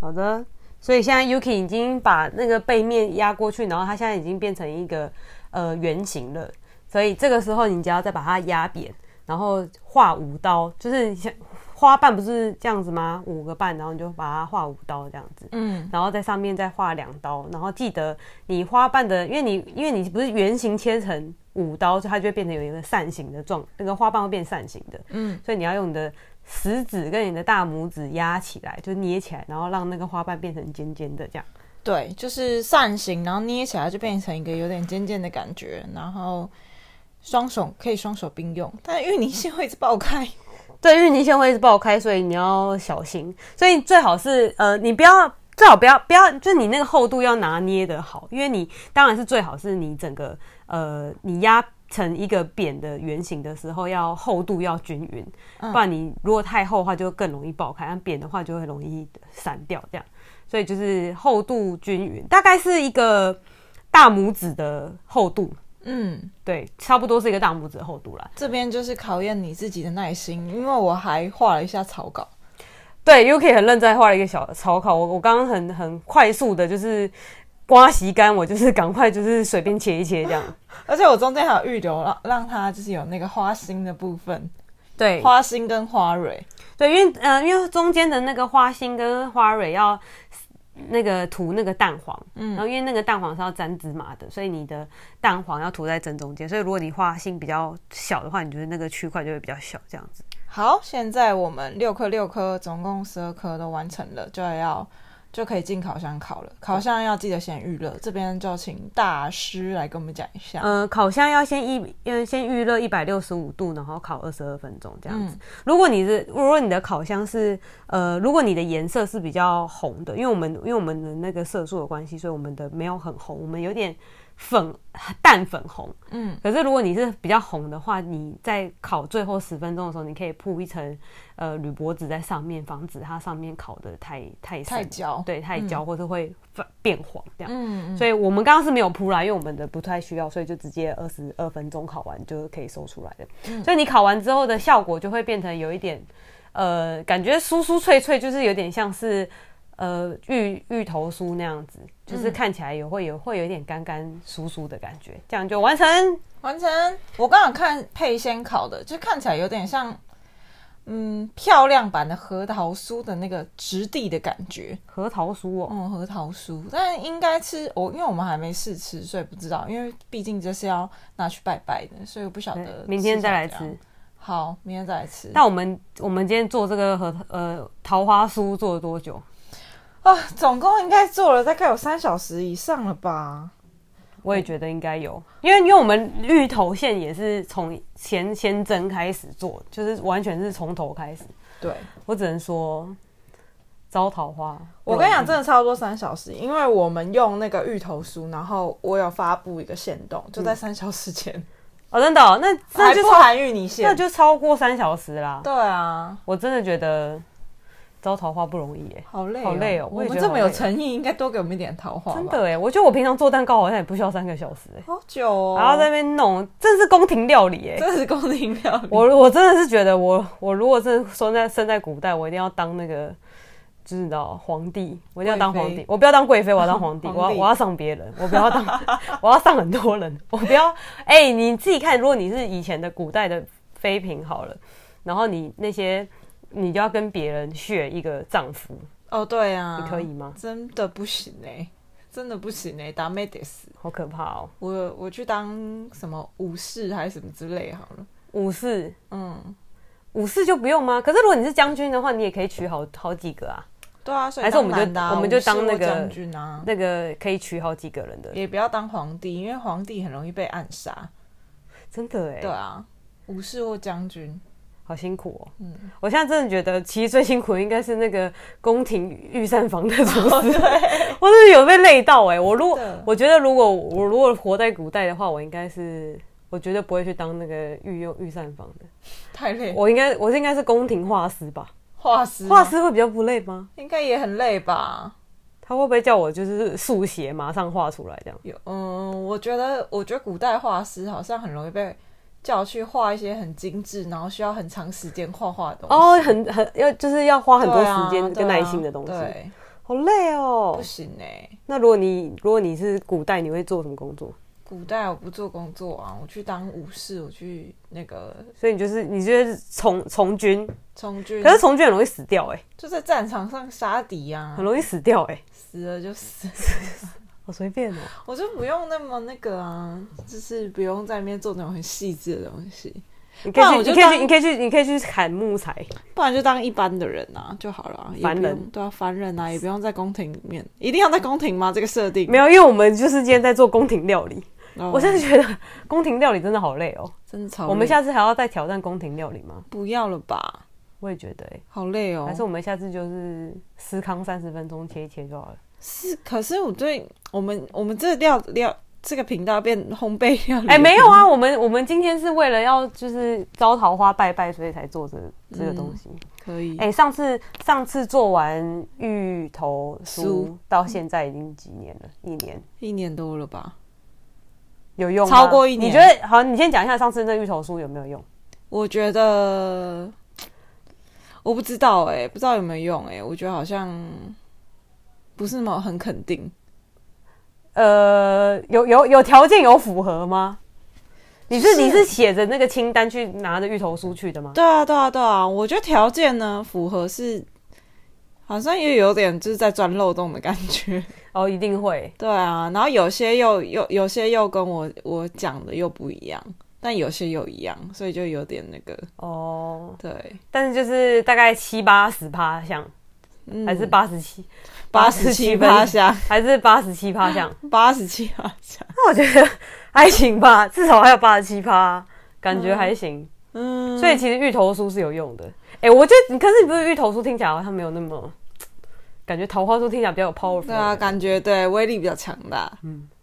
Speaker 2: 好的，所以现在 Yuki 已经把那个背面压过去，然后它现在已经变成一个呃圆形了。所以这个时候你只要再把它压扁，然后画五刀，就是像花瓣不是这样子吗？五个瓣，然后你就把它画五刀这样子。
Speaker 1: 嗯，
Speaker 2: 然后在上面再画两刀，然后记得你花瓣的，因为你因为你不是圆形切成五刀，所以它就会变成有一个扇形的状，那个花瓣会变扇形的，
Speaker 1: 嗯
Speaker 2: 嗯，所以你要用你的食指跟你的大拇指压起来，就捏起来，然后让那个花瓣变成尖尖的这样。
Speaker 1: 对，就是扇形，然后捏起来就变成一个有点尖尖的感觉，然后双手可以双手并用，但芋泥线会一直爆开。
Speaker 2: 对，芋泥线会一直爆开，所以你要小心。所以最好是呃，你不要最好不要不要，就是你那个厚度要拿捏的好，因为你当然是最好是你整个呃你压成一个扁的圆形的时候，要厚度要均匀，不然你如果太厚的话就更容易爆开，但扁的话就会容易散掉这样。所以就是厚度均匀，大概是一个大拇指的厚度，
Speaker 4: 嗯，
Speaker 2: 对，差不多是一个大拇指的厚度啦。
Speaker 4: 这边就是考验你自己的耐心，因为我还画了一下草稿。
Speaker 2: 对，Yuki 很认真画了一个小草稿，我我刚刚很很快速的，就是刮洗干，我就是赶快就是随便切一切这样。
Speaker 4: 而且我中间还有预留，让让它就是有那个花心的部分，
Speaker 2: (laughs) 对
Speaker 4: 花心跟花蕊。
Speaker 2: 对，因为呃，因为中间的那个花心跟花蕊要那个涂那个蛋黄，嗯，然后因为那个蛋黄是要沾芝麻的，所以你的蛋黄要涂在正中间，所以如果你花心比较小的话，你觉得那个区块就会比较小这样子。
Speaker 4: 好，现在我们六颗六颗，总共十二颗都完成了，就要就可以进烤箱烤了。烤箱要记得先预热，这边就请大师来跟我们讲一下。
Speaker 2: 呃，烤箱要先一呃先预热一百六十五度，然后烤二十二分钟这样
Speaker 4: 嗯
Speaker 2: 子。如果你是如果你的烤箱是呃，如果你的颜色是比较红的，因为我们因为我们的那个色素的关系，所以我们的没有很红，我们有点粉淡粉红。
Speaker 4: 嗯，
Speaker 2: 可是如果你是比较红的话，你在烤最后十分钟的时候，你可以铺一层呃铝箔纸在上面，防止它上面烤的太太
Speaker 4: 太
Speaker 2: 深
Speaker 4: 焦
Speaker 2: 对，太焦、或是会反变黄这样。
Speaker 4: 嗯，
Speaker 2: 所以我们刚刚是没有铺啦，因为我们的不太需要，所以就直接二十二分钟烤完就可以收出来的。所以你烤完之后的效果就会变成有一点，呃，感觉酥酥脆脆，就是有点像是呃芋芋头酥那样子，就是看起来也会有会有一点干干酥酥的感觉，这样就完成。
Speaker 4: 完成。我刚好看配先烤的，就看起来有点像，嗯，漂亮版的核桃酥的那个质地的感觉。
Speaker 2: 核桃酥哦，
Speaker 4: 嗯，核桃酥，但应该吃我，因为我们还没试吃，所以不知道。因为毕竟这是要拿去拜拜的，所以我不晓
Speaker 2: 对
Speaker 4: 得。
Speaker 2: 明天再来吃。。
Speaker 4: 好，明天再来吃。
Speaker 2: 那我们我们今天做这个核呃桃花酥做了多久？
Speaker 4: 啊，总共应该做了大概有三小时以上了吧？
Speaker 2: 我
Speaker 4: 嗯
Speaker 2: 也觉得应该有，因为因为我们芋头馅也是从前先蒸开始做，就是完全是从头开始。
Speaker 4: 对，
Speaker 2: 我只能说，招桃花。
Speaker 4: 我跟你讲，
Speaker 2: 不
Speaker 4: 真的差不多三小时，因为我们用那个芋头酥，然后我有发布一个限动，
Speaker 2: 嗯
Speaker 4: 就在三小时
Speaker 2: (laughs)
Speaker 4: 前，
Speaker 2: 容易哦，真的哦、那
Speaker 4: 还
Speaker 2: 那就
Speaker 4: 不
Speaker 2: 超
Speaker 4: 含芋泥
Speaker 2: 那
Speaker 4: 馅。
Speaker 2: 就超过三小时啦。
Speaker 4: 对啊，
Speaker 2: 我真的觉得招桃花不容易耶，
Speaker 4: 好累、
Speaker 2: 好累哦
Speaker 4: 我
Speaker 2: 我也
Speaker 4: 们
Speaker 2: 觉得
Speaker 4: 这
Speaker 2: 好
Speaker 4: 么有
Speaker 2: 累哦
Speaker 4: 诚意，应该多给我们一点桃花。
Speaker 2: 真，的哎，我觉得我平常做蛋糕好像也不需要三个小时哎，
Speaker 4: 好久哦。
Speaker 2: 然后在那边弄，真是宫廷料理哎。
Speaker 4: 这是宫廷料理。
Speaker 2: 我我真的是觉得我我如果真的生在生在古代，我一定要当那个，就是你知道皇帝，我一定要当皇
Speaker 4: 贵
Speaker 2: 帝
Speaker 4: 妃，
Speaker 2: 我不要当贵妃，我要
Speaker 4: (laughs)
Speaker 2: 当皇帝，
Speaker 4: 皇帝
Speaker 2: 我要我要上别人，我不要当， (laughs) 我要上很多人，我不要，哎、你自己看，如果你是以前的古代的妃嫔好了，然后你那些。你就要跟别人学一个丈夫，
Speaker 4: 哦，对啊，
Speaker 2: 你可以吗？
Speaker 4: 真的不行哎、真的不行哎、打妹得死。
Speaker 2: 好可怕哦！
Speaker 4: 我我去当什么武士还是什么之类好了。
Speaker 2: 武士，
Speaker 4: 嗯，
Speaker 2: 武士就不用吗？可是如果你是将军的话，你也可以娶好好几个啊。
Speaker 4: 对啊，所以
Speaker 2: 还是我们就
Speaker 4: 当男的啊
Speaker 2: 我们就当
Speaker 4: 武士或
Speaker 2: 那个
Speaker 4: 将军啊，
Speaker 2: 那个可以娶好几个人的，
Speaker 4: 也不要当皇帝，因为皇帝很容易被暗杀。
Speaker 2: 真的哎。
Speaker 4: 对啊，武士或将军，
Speaker 2: 好辛苦哦！
Speaker 4: 嗯
Speaker 2: 我现在真的觉得，其实最辛苦的应该是那个宫廷御膳房的厨
Speaker 4: (laughs)
Speaker 2: 师，我真的有被累到哎、我如果
Speaker 4: 真的
Speaker 2: 我觉得如果我如果活在古代的话，我应该是我绝对不会去当那个御用御膳房的，
Speaker 4: 太累。
Speaker 2: 我应该我是应该是宫廷画师吧？
Speaker 4: 画师吗，
Speaker 2: 画师会比较不累吗？
Speaker 4: 应该也很累吧？
Speaker 2: 他会不会叫我就是速写马上画出来这样？
Speaker 4: 有，嗯，我觉得，我觉得古代画师好像很容易被叫去画一些很精致，然后需要很长时间画画的东西。
Speaker 2: 哦，很很要就是要花很多
Speaker 4: 对啊
Speaker 2: 时间
Speaker 4: 对
Speaker 2: 跟
Speaker 4: 啊
Speaker 2: 耐心的东西，
Speaker 4: 对，
Speaker 2: 好累哦
Speaker 4: 不。行哎、
Speaker 2: 那如果你如果你是古代，你会做什么工作？
Speaker 4: 古代我不做工作啊，我去当武士，我去那个
Speaker 2: 所以你就是你就是从从军，
Speaker 4: 从军，
Speaker 2: 可是从军很容易死掉哎、
Speaker 4: 就在战场上杀敌啊
Speaker 2: 很，容易死掉哎、
Speaker 4: 死了就死， (laughs)
Speaker 2: 好随便哦、
Speaker 4: 我就不用那么那个啊，就是不用在那边做那种很细致的东西，
Speaker 2: 你
Speaker 4: 不
Speaker 2: 可
Speaker 4: 然我
Speaker 2: 以去，
Speaker 4: 就
Speaker 2: 你可
Speaker 4: 当
Speaker 2: 以去，你可以去，你可以去砍木材。
Speaker 4: 不然就当一般的人啊就好了啊、也不
Speaker 2: 凡人
Speaker 4: 用对啊，凡人啊，也不用在宫廷里面，一定要在宫廷吗？这个设定
Speaker 2: 没有，因为我们就是今天在做宫廷料理，
Speaker 4: 哦
Speaker 2: 我真的觉得 (laughs) 宫廷料理真的好累哦、
Speaker 4: 真的超累，
Speaker 2: 我们下次还要再挑战宫廷料理吗？
Speaker 4: 不要了吧？
Speaker 2: 我也觉得、欸，
Speaker 4: 好累哦
Speaker 2: 还。是我们下次就是思康三十分钟切一切就好了。
Speaker 4: 是，可是我对我们我们这料料这个频道变烘焙料理，
Speaker 2: 哎、没有，啊，我们我们今天是为了要就是招桃花拜拜，所以才做这这个东西。
Speaker 4: 可以。
Speaker 2: 哎、上次上次做完芋头酥
Speaker 4: 酥
Speaker 2: 到现在已经几年了？一年
Speaker 4: 一年多了吧？
Speaker 2: 有用吗？
Speaker 4: 超过一年
Speaker 2: 你觉得好？你先讲一下上次那芋头酥有没有用？
Speaker 4: 我觉得我不知道哎、不知道有没有用哎、我觉得好像不是吗？很肯定，
Speaker 2: 呃，有有有条件有符合吗？你是
Speaker 4: 是
Speaker 2: 你是写着那个清单去拿着芋头酥去的吗？
Speaker 4: 对啊，对啊，对啊，我觉得条件呢符合是，好像也有点就是在钻漏洞的感觉。 (laughs)
Speaker 2: 哦，一定会。
Speaker 4: 对啊，然后有些又又有些又跟我我讲的又不一样，但有些又一样，所以就有点那个
Speaker 2: 哦，
Speaker 4: 对，
Speaker 2: 但是就是大概七八十趴像，
Speaker 4: 嗯
Speaker 2: 还是八十七，
Speaker 4: 八十七趴下，
Speaker 2: 还是八十七趴像。
Speaker 4: 八十七趴下，
Speaker 2: 那我觉得还行吧，至少还有八十七趴，感觉还行。
Speaker 4: 嗯，
Speaker 2: 所以其实芋头酥是有用的。哎、我觉得，可是你不是芋头酥听起来好像没有那么，感觉桃花酥听起来比较有 powerful
Speaker 4: 对啊，
Speaker 2: 的感
Speaker 4: 感觉
Speaker 2: 觉。
Speaker 4: 对威力比较强大。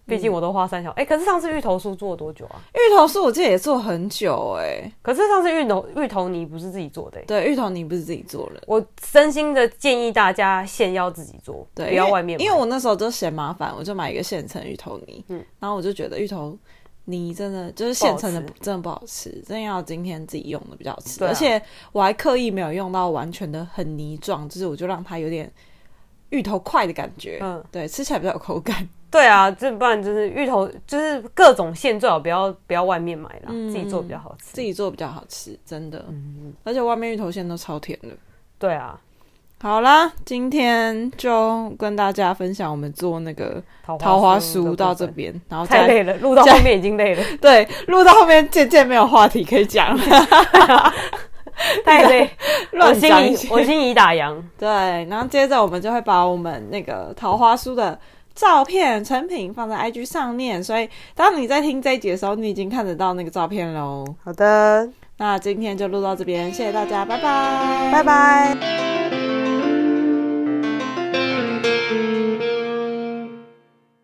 Speaker 2: 毕竟我都花三小。哎、可是上次芋头酥做了多久啊？
Speaker 4: 芋头酥我记得也做很久哎、
Speaker 2: 可是上次芋头芋头泥不是自己做的、欸。
Speaker 4: 对，芋头泥不是自己做的，
Speaker 2: 我真心的建议大家现要自己做，
Speaker 4: 对，
Speaker 2: 不要
Speaker 4: 因为
Speaker 2: 外面买嗯
Speaker 4: 因为我那时候就嫌麻烦，我就买一个现成芋头泥，然后我就觉得芋头泥真的就是现成的
Speaker 2: 不好
Speaker 4: 真的不好吃，真的要今天自己用的比较好吃，
Speaker 2: 对啊
Speaker 4: 而且我还刻意没有用到完全的很泥状，就是我就让它有点芋头块的感觉，
Speaker 2: 嗯
Speaker 4: 对，吃起来比较有口感，
Speaker 2: 对啊，这不然就是芋头，就是各种馅最好不要不要外面买啦，自己做比较好吃。
Speaker 4: 嗯
Speaker 2: 嗯
Speaker 4: 自己做比较好吃，真的，而且外面芋头馅都超甜的。
Speaker 2: 对啊，
Speaker 4: 好啦，今天就跟大家分享我们做那个
Speaker 2: 桃
Speaker 4: 桃花
Speaker 2: 的部
Speaker 4: 酥
Speaker 2: 分
Speaker 4: 到这边，然后再
Speaker 2: 太累了，录到后面已
Speaker 4: (laughs)
Speaker 2: 经累了，
Speaker 4: 对录到后面渐渐没有话题可以讲
Speaker 2: (laughs)
Speaker 4: 了，啊
Speaker 2: 太累，
Speaker 4: (laughs)
Speaker 2: 我
Speaker 4: 乱
Speaker 2: 心
Speaker 4: 讲一
Speaker 2: 已
Speaker 4: 些
Speaker 2: 我心已打烊。
Speaker 4: 对，然后接着我们就会把我们那个桃花酥的照片成品放在 IG 上面，所以当你在听这一集的时候，你已经看得到那个照片哦喽。
Speaker 2: 好的，
Speaker 4: 那今天就录到这边，谢谢大家，拜拜，
Speaker 2: 拜拜。